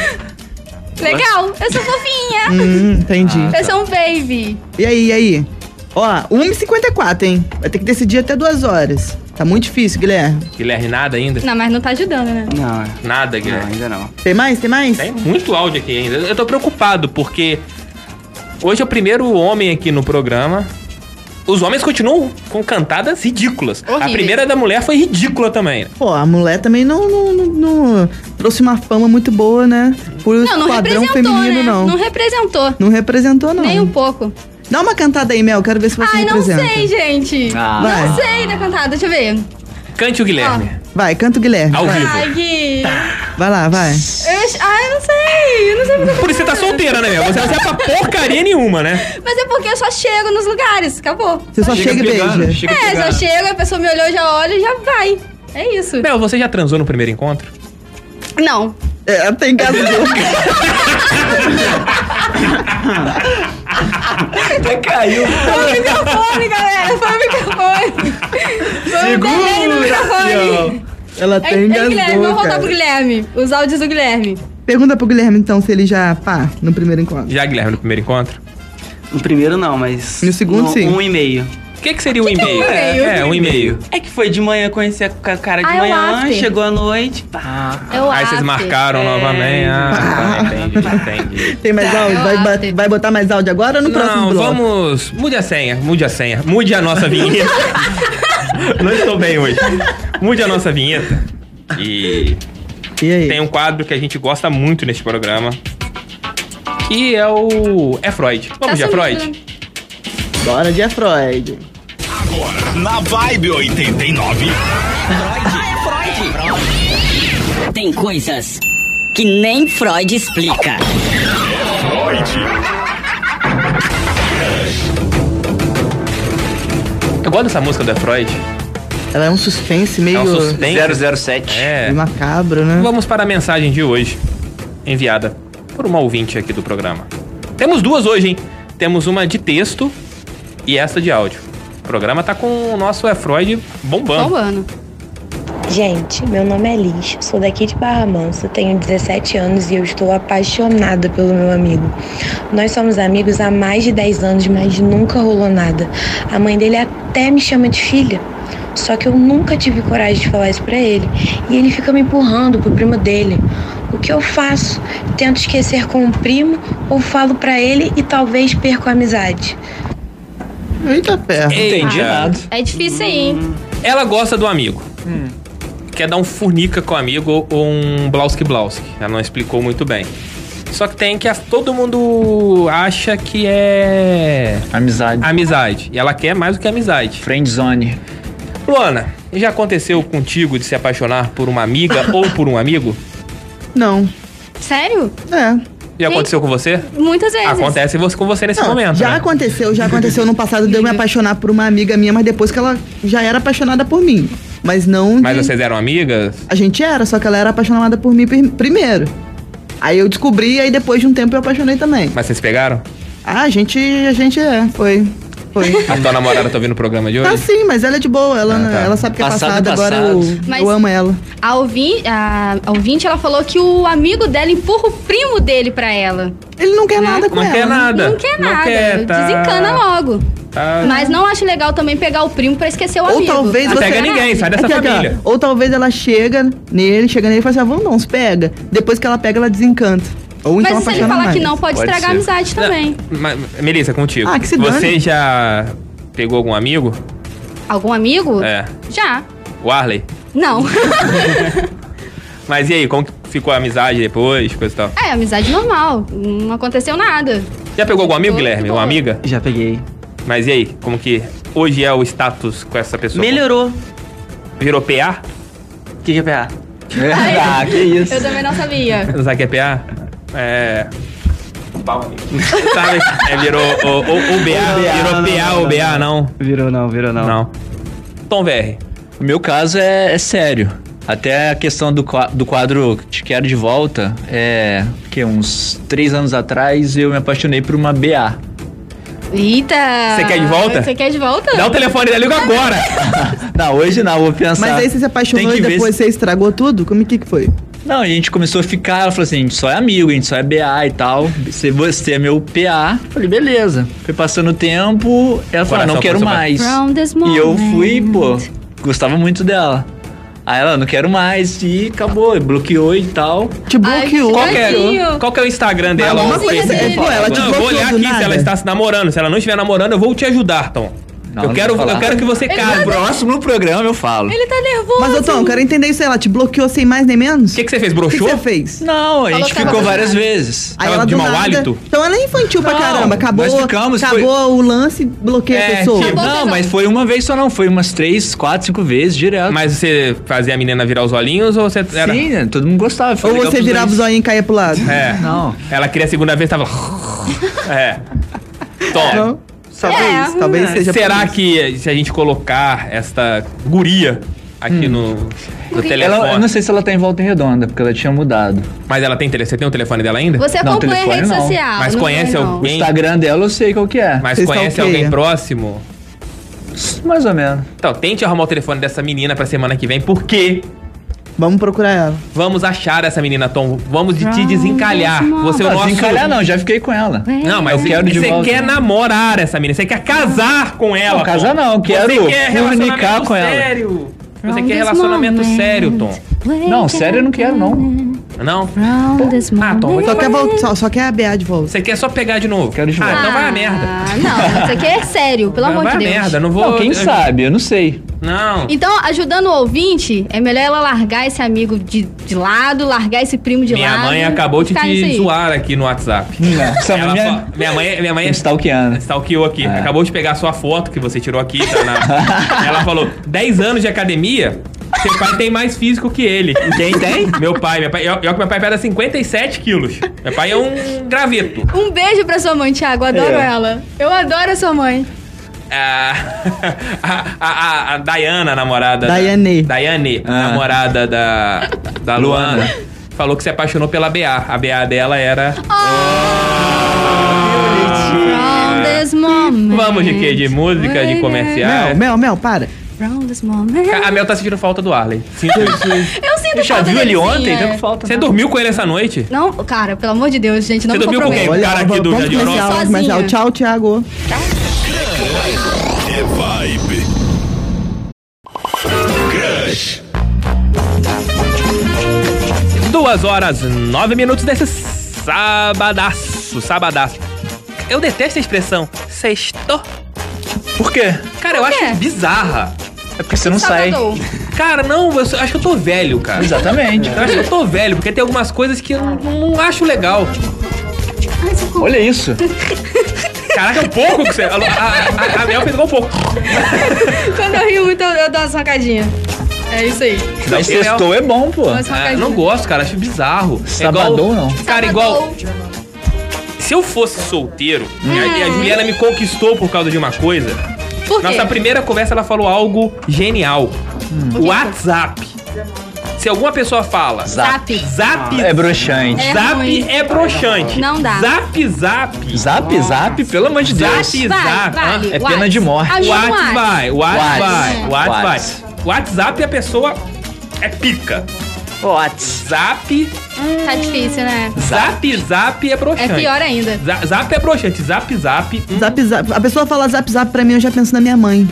Speaker 3: Legal, eu sou fofinha.
Speaker 5: [laughs] Hum, entendi.
Speaker 3: Eu sou um baby.
Speaker 5: E aí, e aí? Ó, 1h54, hein? Vai ter que decidir até duas horas. Tá muito difícil, Guilherme.
Speaker 1: Guilherme, nada ainda?
Speaker 3: Não, mas não tá ajudando, né?
Speaker 6: Não,
Speaker 1: Nada,
Speaker 6: não,
Speaker 1: Guilherme.
Speaker 6: ainda não.
Speaker 5: Tem mais? Tem mais?
Speaker 1: Tem muito áudio aqui ainda. Eu tô preocupado, porque hoje é o primeiro homem aqui no programa. Os homens continuam com cantadas ridículas. A
Speaker 3: Horríveis.
Speaker 1: primeira da mulher foi ridícula também.
Speaker 5: Pô, a mulher também não, não- não- não trouxe uma fama muito boa, né? Por
Speaker 3: Não, não
Speaker 5: padrão
Speaker 3: representou, né?
Speaker 5: feminino, não.
Speaker 3: Não representou.
Speaker 5: Não representou, não.
Speaker 3: Nem um pouco.
Speaker 5: Dá uma cantada aí, Mel. Quero ver se você
Speaker 3: Ai, não
Speaker 5: representa.
Speaker 3: sei, gente.
Speaker 4: Ah.
Speaker 5: Vai.
Speaker 3: Não sei da cantada, deixa eu ver.
Speaker 1: Cante o Guilherme.
Speaker 5: Vai, canta o Guilherme.
Speaker 1: Ao
Speaker 5: vai. Tá.
Speaker 1: vivo.
Speaker 3: Ai, Gui.
Speaker 5: vai lá, vai.
Speaker 3: Eu ach- Ai, eu não sei. Eu não sei porque...
Speaker 1: Por isso você tá solteira, né, Mel? Você não serve pra porcaria nenhuma, né?
Speaker 3: Mas é porque eu só chego nos lugares, acabou.
Speaker 5: Você só chega, e
Speaker 4: pegando,
Speaker 5: beija.
Speaker 4: Chega
Speaker 3: É, só
Speaker 4: pegando.
Speaker 3: chego, a pessoa me olhou, já olha e já vai. É isso.
Speaker 5: [laughs]
Speaker 1: Mel, você já transou no primeiro encontro?
Speaker 3: Não.
Speaker 5: É, [laughs] tem caso de...
Speaker 4: Até caiu.
Speaker 3: Foi o microfone, galera. Foi o microfone. Foi o delay no microfone.
Speaker 5: Ela
Speaker 3: É,
Speaker 5: tem
Speaker 3: é Guilherme, vamos
Speaker 5: engasgou,
Speaker 3: voltar pro
Speaker 5: cara.
Speaker 3: Guilherme. Os áudios do Guilherme.
Speaker 5: Pergunta pro Guilherme, então, se ele já pá no primeiro encontro.
Speaker 1: Já, Guilherme, no primeiro encontro?
Speaker 6: No primeiro não, mas.
Speaker 5: No segundo,
Speaker 6: um,
Speaker 5: sim.
Speaker 6: Um e meio.
Speaker 1: O que, que seria um e-mail?
Speaker 3: e-mail?
Speaker 1: É, um e-mail.
Speaker 6: É que foi de manhã, conheci a ca- cara de
Speaker 3: Ah, é o
Speaker 6: manhã,
Speaker 3: after.
Speaker 6: chegou à noite, pá.
Speaker 3: Eu
Speaker 1: Aí vocês marcaram
Speaker 6: É.
Speaker 1: novamente. Ah, tá, entendi, entendi.
Speaker 5: Tem mais áudio? Vai,
Speaker 3: Ah,
Speaker 5: ba-
Speaker 3: tem.
Speaker 5: vai botar mais áudio agora ou no próximo
Speaker 1: Não,
Speaker 5: um bloco?
Speaker 1: vamos. Mude a senha, mude a senha. Mude a nossa vinheta. Não estou bem hoje. Mude a nossa vinheta. E
Speaker 5: E aí?
Speaker 1: tem um quadro que a gente gosta muito neste programa. Que é o. É Freud. Vamos de
Speaker 3: Tá
Speaker 1: é Freud?
Speaker 3: sumido.
Speaker 1: um-
Speaker 5: Bora de Freud.
Speaker 2: Agora, na Vibe 89.
Speaker 7: Tem coisas que nem Freud explica.
Speaker 2: Freud.
Speaker 1: Eu gosto dessa música do É Freud.
Speaker 5: Ela é um suspense meio.
Speaker 1: É um suspense.
Speaker 4: 007.
Speaker 1: É.
Speaker 5: Macabro, né?
Speaker 1: Vamos para a mensagem de hoje, enviada por uma ouvinte aqui do programa. Temos duas hoje, hein? Temos uma de texto e essa de áudio. O programa tá com o nosso É Freud bombando.
Speaker 3: Bombando.
Speaker 12: Gente, meu nome é Liz, sou daqui de Barra Mansa, tenho 17 anos e eu estou apaixonada pelo meu amigo. Nós somos amigos há mais de 10 anos, mas nunca rolou nada. A mãe dele até me chama de filha. Só que eu nunca tive coragem de falar isso pra ele. E ele fica me empurrando pro primo dele. O que eu faço? Tento esquecer com o primo ou falo pra ele e talvez perco a amizade.
Speaker 5: Eita ferro.
Speaker 1: Entendi nada.
Speaker 3: É difícil aí,
Speaker 1: Hum.
Speaker 3: hein?
Speaker 1: Ela gosta do amigo. Quer dar um furnica com o amigo ou um blauski blauski. Ela não explicou muito bem. Só que tem que a- todo mundo acha que é
Speaker 4: Amizade.
Speaker 1: amizade. E ela quer mais do que amizade.
Speaker 4: Friendzone.
Speaker 1: Luana, já aconteceu contigo de se apaixonar por uma
Speaker 5: [laughs]
Speaker 1: amiga ou por um amigo?
Speaker 5: Não.
Speaker 3: Sério?
Speaker 5: É.
Speaker 1: Já aconteceu com você?
Speaker 3: Muitas vezes.
Speaker 1: Acontece você- com você nesse
Speaker 5: Não,
Speaker 1: momento.
Speaker 5: já
Speaker 1: né?
Speaker 5: aconteceu, já aconteceu no passado de
Speaker 3: [laughs]
Speaker 5: eu me apaixonar por uma amiga minha, mas depois que ela já era apaixonada por mim. Mas não.
Speaker 1: Mas
Speaker 5: de-
Speaker 1: vocês eram amigas?
Speaker 5: A gente era, só que ela era apaixonada por mim prim- primeiro. Aí eu descobri, e aí depois de um tempo eu apaixonei também.
Speaker 1: Mas vocês pegaram?
Speaker 5: Ah, a gente, a gente é, foi.
Speaker 1: [laughs]
Speaker 5: Foi.
Speaker 1: A tua namorada tá ouvindo o programa de
Speaker 5: Tá
Speaker 1: hoje?
Speaker 5: sim, mas ela é de boa, ela, ela sabe que é
Speaker 1: Passado é
Speaker 5: passado, agora eu,
Speaker 1: passado.
Speaker 3: Mas-
Speaker 5: eu amo ela.
Speaker 3: A ouvinte, a, a ouvinte, ela falou que o amigo dela empurra o primo dele pra ela.
Speaker 5: Ele não
Speaker 3: Né?
Speaker 5: quer nada
Speaker 1: com Não ela. quer nada.
Speaker 3: Não quer
Speaker 1: Não
Speaker 3: nada.
Speaker 1: quer, tá.
Speaker 3: Desencana logo.
Speaker 1: Tá.
Speaker 3: Mas não acho legal também pegar o primo pra esquecer o
Speaker 5: Ou
Speaker 3: amigo.
Speaker 5: talvez
Speaker 1: Não
Speaker 5: você...
Speaker 1: pega ninguém, sai dessa
Speaker 5: É que, ó,
Speaker 1: família.
Speaker 5: Ou talvez ela chega nele, chega nele e fala assim, ah, vamos não, se pega. Depois que ela pega, ela desencanta. Ou então
Speaker 3: Mas se ele
Speaker 5: apaixona
Speaker 3: falar
Speaker 5: mais.
Speaker 3: que não, pode,
Speaker 1: Pode
Speaker 3: estragar
Speaker 1: ser. É.
Speaker 3: a amizade também.
Speaker 1: Mas, Melissa, contigo.
Speaker 5: tá Ah, que se dane.
Speaker 1: Você já pegou algum amigo?
Speaker 3: Algum amigo?
Speaker 1: É.
Speaker 3: Já.
Speaker 1: O Arley? [laughs]
Speaker 3: Não.
Speaker 1: Mas e aí, como que ficou a amizade depois, coisa e tal?
Speaker 3: é, amizade normal. Não aconteceu nada.
Speaker 1: Já pegou algum amigo, Guilherme? Uma amiga?
Speaker 6: Já peguei.
Speaker 1: Mas e aí, como que hoje é o status com essa pessoa?
Speaker 6: Melhorou.
Speaker 1: Virou PA?
Speaker 6: O que, que é PA?
Speaker 4: ah, que isso.
Speaker 3: Eu também não sabia.
Speaker 1: Não sabe o que é PA? É... [laughs] Sabe? É, virou ou, ou, ou BA, virou PA ou BA, não.
Speaker 6: Virou não, virou não.
Speaker 1: Não. Tom VR.
Speaker 4: O meu caso é, é sério. Até a questão do, qua- do quadro Te Quero de Volta, é. que uns três anos atrás eu me apaixonei por uma BA.
Speaker 3: Eita!
Speaker 4: Você quer de volta?
Speaker 3: Você quer de volta?
Speaker 1: Dá o telefone dela, liga agora!
Speaker 4: [laughs] não, hoje não, vou pensar.
Speaker 5: Mas aí você se apaixonou
Speaker 4: Tem
Speaker 5: e
Speaker 4: que ver
Speaker 5: depois você estragou tudo? Como é que que foi?
Speaker 4: Não, a gente começou a ficar, ela falou assim, a gente só é amigo, a gente só é BA e tal. Se você é meu PA, eu falei, beleza. Foi passando o tempo, ela falou, ah, não
Speaker 1: Coração,
Speaker 4: quero
Speaker 1: coração,
Speaker 4: mais.
Speaker 3: From this
Speaker 4: E eu
Speaker 3: moment.
Speaker 4: fui, pô, gostava muito dela. Aí ela, "Ah, não quero mais, e acabou, bloqueou e tal.
Speaker 5: Te bloqueou.
Speaker 1: Qual que, é, qual que é o Instagram dela?
Speaker 5: Mas uma coisa
Speaker 1: Facebook?
Speaker 5: é- pô, ela te
Speaker 1: não, eu vou
Speaker 5: bloqueou
Speaker 1: olhar
Speaker 5: do
Speaker 1: aqui se
Speaker 5: nada.
Speaker 1: ela está se namorando. Se ela não estiver namorando, eu vou te ajudar, Tom.
Speaker 4: Não,
Speaker 1: eu,
Speaker 4: não
Speaker 1: quero,
Speaker 4: vou falar.
Speaker 1: eu quero que você case. O
Speaker 4: Próximo programa eu falo.
Speaker 3: Ele tá nervoso.
Speaker 5: Mas, ô Tom, eu quero entender isso aí. Ela te bloqueou sem mais nem menos? O
Speaker 1: que, que você fez?
Speaker 5: que
Speaker 1: Broxou?
Speaker 5: você fez?
Speaker 4: Não,
Speaker 3: Falou
Speaker 4: a gente
Speaker 3: que tava
Speaker 4: ficou várias
Speaker 3: apaixonado.
Speaker 4: vezes.
Speaker 5: Aí
Speaker 1: Tava
Speaker 5: ela
Speaker 1: de
Speaker 5: do
Speaker 1: mau
Speaker 5: nada-
Speaker 1: hálito?
Speaker 5: Então ela é infantil pra
Speaker 4: Não,
Speaker 5: caramba. Acabou,
Speaker 4: mas ficamos,
Speaker 5: acabou
Speaker 4: foi-
Speaker 5: o lance, bloqueia
Speaker 1: É,
Speaker 5: a pessoa.
Speaker 1: tipo,
Speaker 3: Volta,
Speaker 4: Não, mas
Speaker 3: não.
Speaker 4: foi uma vez só não, foi umas três, quatro, cinco vezes direto.
Speaker 1: Mas você fazia a menina virar os olhinhos ou você era...
Speaker 4: Sim, né, todo mundo gostava. foi
Speaker 5: Ou
Speaker 4: legal
Speaker 5: você
Speaker 4: pros
Speaker 5: virava o
Speaker 4: dois.
Speaker 5: zoinho e caía pro lado.
Speaker 1: É.
Speaker 4: Não.
Speaker 1: Ela queria a segunda vez, tava... é. Tom,
Speaker 5: Não? Talvez,
Speaker 3: É.
Speaker 5: talvez seja por
Speaker 1: será
Speaker 5: isso.
Speaker 1: que se a gente colocar esta guria aqui
Speaker 4: Hum.
Speaker 1: no, no telefone...
Speaker 4: Ela, eu não sei se ela tá em volta redonda, porque ela tinha mudado.
Speaker 1: Mas ela tem telefone? Você tem o telefone dela ainda?
Speaker 3: Você
Speaker 4: Não,
Speaker 3: acompanha a
Speaker 4: telefone
Speaker 3: rede
Speaker 4: Ah, não.
Speaker 3: social.
Speaker 1: Mas
Speaker 3: não
Speaker 1: conhece
Speaker 3: vai, não.
Speaker 1: alguém?
Speaker 4: O Instagram dela eu sei qual que é. Mas...
Speaker 1: Mas
Speaker 5: Você
Speaker 1: conhece
Speaker 5: stalkeia.
Speaker 1: alguém próximo?
Speaker 4: Mais ou menos.
Speaker 1: Então, tente arrumar o telefone dessa menina pra semana que vem, porque
Speaker 5: Vamos procurar ela.
Speaker 1: vamos achar essa menina, Tom. Vamos de te
Speaker 4: Ah,
Speaker 3: Vamos
Speaker 1: desencalhar. Você é o
Speaker 4: Não,
Speaker 1: nosso...
Speaker 4: desencalhar não, já fiquei com ela.
Speaker 1: Não, mas
Speaker 4: Eu quero de
Speaker 1: você
Speaker 4: volta.
Speaker 1: quer namorar essa menina, você quer casar com ela.
Speaker 4: Não, casar
Speaker 1: Tom.
Speaker 4: não, eu quero
Speaker 1: Você quer
Speaker 4: comunicar
Speaker 1: relacionamento
Speaker 4: com ela.
Speaker 1: sério. Você
Speaker 3: From
Speaker 1: quer
Speaker 3: this
Speaker 1: relacionamento
Speaker 3: moment.
Speaker 1: sério, Tom.
Speaker 4: Não, sério eu não quero, não.
Speaker 1: Não?
Speaker 3: From this
Speaker 1: Ah, Tom,
Speaker 3: moment.
Speaker 5: Só quer, voltar, só, só quer a BA de volta.
Speaker 1: Você quer é só pegar de novo?
Speaker 4: Quero de
Speaker 1: ah,
Speaker 4: volta.
Speaker 1: então vai a merda.
Speaker 3: Ah, não, isso aqui é sério, pelo amor
Speaker 1: vai
Speaker 3: de
Speaker 1: a
Speaker 3: Deus.
Speaker 1: merda, não vou...
Speaker 4: Não, quem
Speaker 1: eu-
Speaker 4: sabe, eu não sei.
Speaker 1: Não.
Speaker 3: Então, ajudando o ouvinte, é melhor ela largar esse amigo de, de lado, largar esse primo de
Speaker 1: Minha
Speaker 3: lado. assim.
Speaker 1: mãe acabou
Speaker 3: e
Speaker 1: de
Speaker 3: ficar nisso
Speaker 1: te
Speaker 3: aí.
Speaker 1: zoar aqui no WhatsApp.
Speaker 4: Essa
Speaker 1: Ela
Speaker 4: minha-
Speaker 1: fa- minha mãe, é- minha mãe
Speaker 4: Me stalkeando.
Speaker 1: stalkeou aqui.
Speaker 4: É.
Speaker 1: Acabou de pegar a sua foto que você tirou aqui. tá
Speaker 4: [laughs]
Speaker 1: na- Ela falou: 10 anos de academia, seu pai tem mais físico que ele.
Speaker 4: Quem tem?
Speaker 1: Meu pai, meu pai. Eu, eu que meu pai pesa 57 quilos. Meu pai é um graveto.
Speaker 3: Um beijo pra sua mãe, Thiago. Adoro
Speaker 4: É.
Speaker 3: ela. Eu adoro a sua mãe.
Speaker 1: a, [laughs] a, a, a Dayana, namorada. da-
Speaker 5: Daiane.
Speaker 1: Daiane, namorada da, da Ah. Luana, falou que se apaixonou pela BA. A BA dela era.
Speaker 3: From this moment.
Speaker 1: Ah. Vamos, GQ, de música, de comercial.
Speaker 5: Mel, Mel, Mel, para.
Speaker 3: From this moment.
Speaker 1: A Mel tá sentindo falta do Arley. Sinto isso.
Speaker 3: Eu
Speaker 1: [laughs]
Speaker 3: sinto
Speaker 1: Você já
Speaker 3: falta
Speaker 1: viu ele
Speaker 3: dele, sim,
Speaker 1: ontem?
Speaker 3: é.
Speaker 1: Deu falta, né? Você dormiu com ele essa noite?
Speaker 3: Não, cara, pelo amor de Deus, gente, não
Speaker 1: Você
Speaker 3: me
Speaker 1: dormiu com
Speaker 3: comprometa.
Speaker 1: quem? é O cara aqui do
Speaker 5: Vamos
Speaker 1: Jardim
Speaker 5: comercial,
Speaker 1: Europa?
Speaker 5: vamos comercial.
Speaker 3: Sozinha.
Speaker 5: Tchau, Thiago.
Speaker 2: É vibe. Crush.
Speaker 1: Duas horas, nove minutos desse sabadaço, sabadaço. Eu detesto a expressão sexto.
Speaker 4: Por quê?
Speaker 1: Cara, eu acho bizarra.
Speaker 4: É porque você não sai.
Speaker 1: Cara, não, eu sou- acho que eu tô velho, cara.
Speaker 4: Exatamente.
Speaker 1: Eu acho que eu tô velho, porque tem algumas coisas que eu não, não acho legal.
Speaker 4: Olha isso. é
Speaker 1: Caraca, um pouco que você. A, a, a, a Mel pegou um pouco.
Speaker 3: Quando eu rio muito, eu, eu dou uma sacadinha. É isso aí.
Speaker 4: Mas sextou é bom, pô.
Speaker 3: Mas
Speaker 1: Ah, não gosto, cara, acho bizarro. É
Speaker 4: Sabadão, não.
Speaker 1: Cara, igual. Se eu fosse solteiro, e a- e a Juliana me conquistou por causa de uma coisa.
Speaker 3: Hum. Por quê?
Speaker 1: Nossa primeira conversa ela falou algo genial.
Speaker 4: Hum.
Speaker 1: WhatsApp. Se alguma pessoa fala
Speaker 3: Zap.
Speaker 1: Zap
Speaker 4: É broxante.
Speaker 3: É
Speaker 1: zap
Speaker 3: ruim.
Speaker 1: é broxante.
Speaker 3: Não dá.
Speaker 1: Zap zap.
Speaker 4: Zap, zap, pelo amor de Deus.
Speaker 1: Zap
Speaker 3: Vai,
Speaker 1: zap.
Speaker 3: vale,
Speaker 4: É pena de morte.
Speaker 3: Ajuda um
Speaker 1: What
Speaker 3: Whats.
Speaker 1: vai, what
Speaker 4: Whats.
Speaker 1: vai, what vai.
Speaker 4: Whats.
Speaker 1: WhatsApp a pessoa é pica.
Speaker 4: What?
Speaker 1: Zap,
Speaker 3: Tá difícil, né?
Speaker 1: zap, zap é broxante.
Speaker 3: É pior ainda.
Speaker 1: Za- Zap é broxante, zap zap. um
Speaker 5: Zap, zap. A pessoa fala zap, zap pra mim, eu já penso na minha mãe.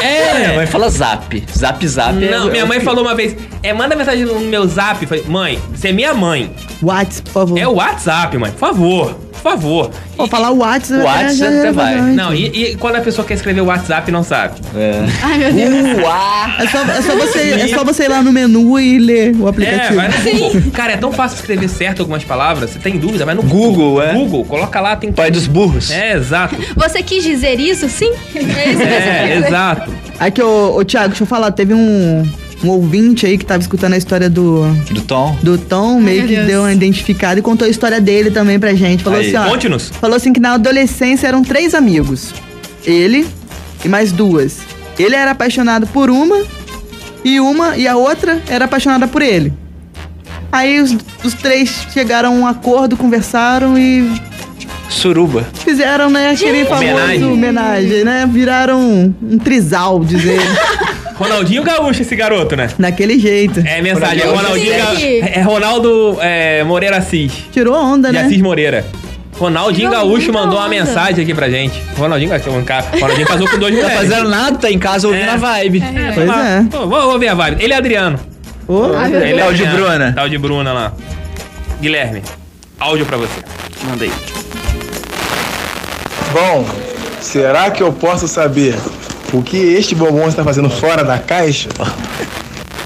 Speaker 4: Minha
Speaker 1: É.
Speaker 4: mãe fala zap. Zap, zap. é-
Speaker 1: Não, minha mãe falou uma vez, é, manda mensagem no meu zap. Eu Falei, mãe, você é minha mãe.
Speaker 5: Whats, por favor.
Speaker 1: É o WhatsApp, mãe. Por favor, por favor.
Speaker 5: Pô, Hum. falar Whats... é-
Speaker 4: Whats
Speaker 5: já-
Speaker 4: até
Speaker 5: já-
Speaker 4: vai.
Speaker 5: já-
Speaker 1: Não, e, e quando a pessoa quer escrever o WhatsApp não sabe.
Speaker 4: É.
Speaker 3: Ai, meu Deus.
Speaker 6: Uh, ah,
Speaker 4: Uá.
Speaker 5: É só, é, só você, é só você ir lá no menu e ler o
Speaker 1: É,
Speaker 5: aplicativo.
Speaker 1: vai no Google. Cara, é tão fácil escrever certo algumas palavras. Você tem dúvida, vai no
Speaker 4: Google, é.
Speaker 1: Google, coloca lá, tem...
Speaker 4: Pai dos burros.
Speaker 1: É, exato.
Speaker 3: Você quis dizer isso? Sim. É isso que você quer
Speaker 1: É,
Speaker 3: dizer.
Speaker 1: exato.
Speaker 5: Aqui, ô, ô Thiago, deixa eu falar, teve um, um ouvinte aí que tava escutando a história do,
Speaker 4: Do Tom.
Speaker 5: do Tom, meio
Speaker 3: meu
Speaker 5: que
Speaker 3: Deus.
Speaker 5: deu uma identificada e contou a história dele também pra gente. Falou
Speaker 4: Aí,
Speaker 5: assim, ó.
Speaker 1: conte-nos.
Speaker 5: Falou assim que na adolescência eram três amigos. Ele e mais duas. Ele era apaixonado por uma e uma e a outra era apaixonada por ele. Aí os, os três chegaram a um acordo, conversaram e
Speaker 4: Suruba.
Speaker 5: fizeram, né, aquele famoso
Speaker 1: Homenagem.
Speaker 5: homenagem. né? Viraram um, um trisal, dizer.
Speaker 1: Ronaldinho Gaúcho esse garoto, né?
Speaker 5: Daquele jeito.
Speaker 1: É mensagem, é Ronaldinho
Speaker 3: Sim.
Speaker 1: Gaúcho. É Ronaldo é, Moreira Assis.
Speaker 5: Tirou a onda,
Speaker 1: De
Speaker 5: né?
Speaker 1: Assis Moreira. Ronaldinho
Speaker 3: Tirou
Speaker 1: Gaúcho
Speaker 3: muita
Speaker 1: mandou uma
Speaker 3: onda.
Speaker 1: mensagem aqui pra gente. Ronaldinho Gaúcho, um cara- Ronaldinho casou com dois
Speaker 4: Não tá
Speaker 1: mulheres.
Speaker 4: fazendo nada, tá em casa ouvindo
Speaker 1: É.
Speaker 4: a vibe.
Speaker 5: Pois é.
Speaker 1: Pô, vou, vou ver a vibe. Ele é Adriano.
Speaker 5: Ô,
Speaker 3: Ai, meu
Speaker 1: Ele
Speaker 3: Deus.
Speaker 1: é
Speaker 4: Tal de
Speaker 1: Adriano.
Speaker 4: Bruna.
Speaker 1: Tal de Bruna lá. Guilherme, áudio pra você.
Speaker 6: Mandei.
Speaker 11: Bom, será que eu posso saber o que este bombom está fazendo fora da caixa?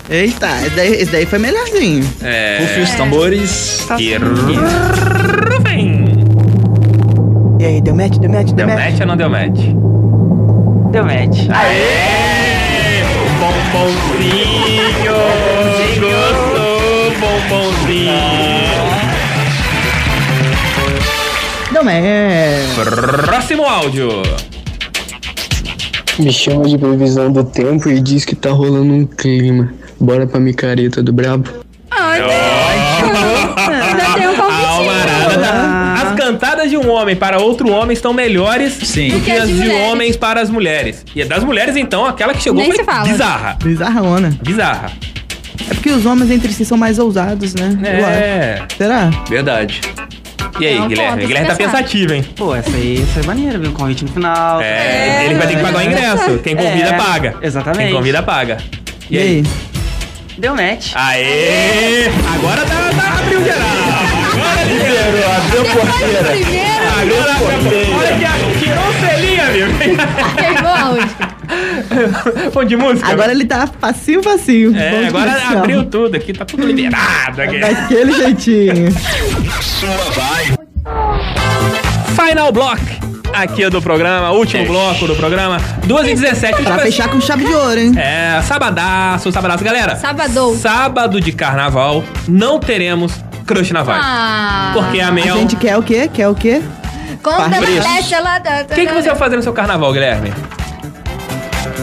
Speaker 5: Eita, esse daí, esse daí foi melhorzinho.
Speaker 1: É.
Speaker 4: Rufem os tambores.
Speaker 1: Que rufem.
Speaker 5: E aí, deu match, deu match,
Speaker 1: Deu match ou não deu match?
Speaker 6: Deu match.
Speaker 1: Aê! Bombonzinho! Gostou, bombonzinho!
Speaker 5: Deu match.
Speaker 1: Próximo áudio!
Speaker 13: Me chama de previsão do tempo e diz que tá rolando um clima. Bora pra micareta do brabo.
Speaker 3: Ai, Deus. Eu tenho um
Speaker 1: A almarada
Speaker 3: convite.
Speaker 1: da- As cantadas de um homem para outro homem estão melhores
Speaker 4: Sim.
Speaker 1: do que as de
Speaker 3: mulheres.
Speaker 1: homens para as mulheres. E das mulheres, então, aquela que chegou
Speaker 3: Nem
Speaker 1: foi
Speaker 3: se fala.
Speaker 1: bizarra.
Speaker 5: Bizarrona.
Speaker 1: Bizarra.
Speaker 5: É porque os homens entre si são mais ousados, né? Eu acho.
Speaker 1: É.
Speaker 5: Será?
Speaker 4: Verdade.
Speaker 1: E aí,
Speaker 3: Não,
Speaker 1: Guilherme?
Speaker 3: pô,
Speaker 1: Guilherme tá
Speaker 3: pensar.
Speaker 1: pensativo, hein?
Speaker 6: Pô, essa aí foi maneira, viu? O convite no final.
Speaker 1: É, ele vai ter que pagar o ingresso. Quem convida,
Speaker 6: É,
Speaker 1: paga.
Speaker 6: exatamente.
Speaker 1: Quem convida, paga. E aí?
Speaker 6: Deu match.
Speaker 1: Ah. Aê! Agora tá, tá abriu geral! Agora liberou!
Speaker 11: Abriu
Speaker 3: Depois do primeiro,
Speaker 1: Agora abriu! Olha que a- tirou o selinho, amigo!
Speaker 3: pegou aonde?
Speaker 1: [laughs] Bom de música? né?
Speaker 5: Agora ele tá facinho, facinho. Bom
Speaker 1: É,
Speaker 5: de
Speaker 1: agora
Speaker 5: comercial.
Speaker 1: abriu tudo aqui, tá tudo liberado aqui.
Speaker 5: Daquele jeitinho.
Speaker 1: Final block aqui do programa, último bloco do programa, 2h17. [laughs]
Speaker 5: pra fechar com chave de ouro, hein?
Speaker 1: tipo assim, É, sabadaço, sabadaço. Galera,
Speaker 3: Sabadou.
Speaker 1: sábado de carnaval não teremos crush na vibe.
Speaker 3: Ah.
Speaker 1: Porque é um a Mel...
Speaker 5: A gente quer o quê? Quer o quê?
Speaker 3: Quando ela
Speaker 5: Parabéns.
Speaker 3: desce, ela...
Speaker 1: O que, que você vai fazer no seu carnaval, Guilherme?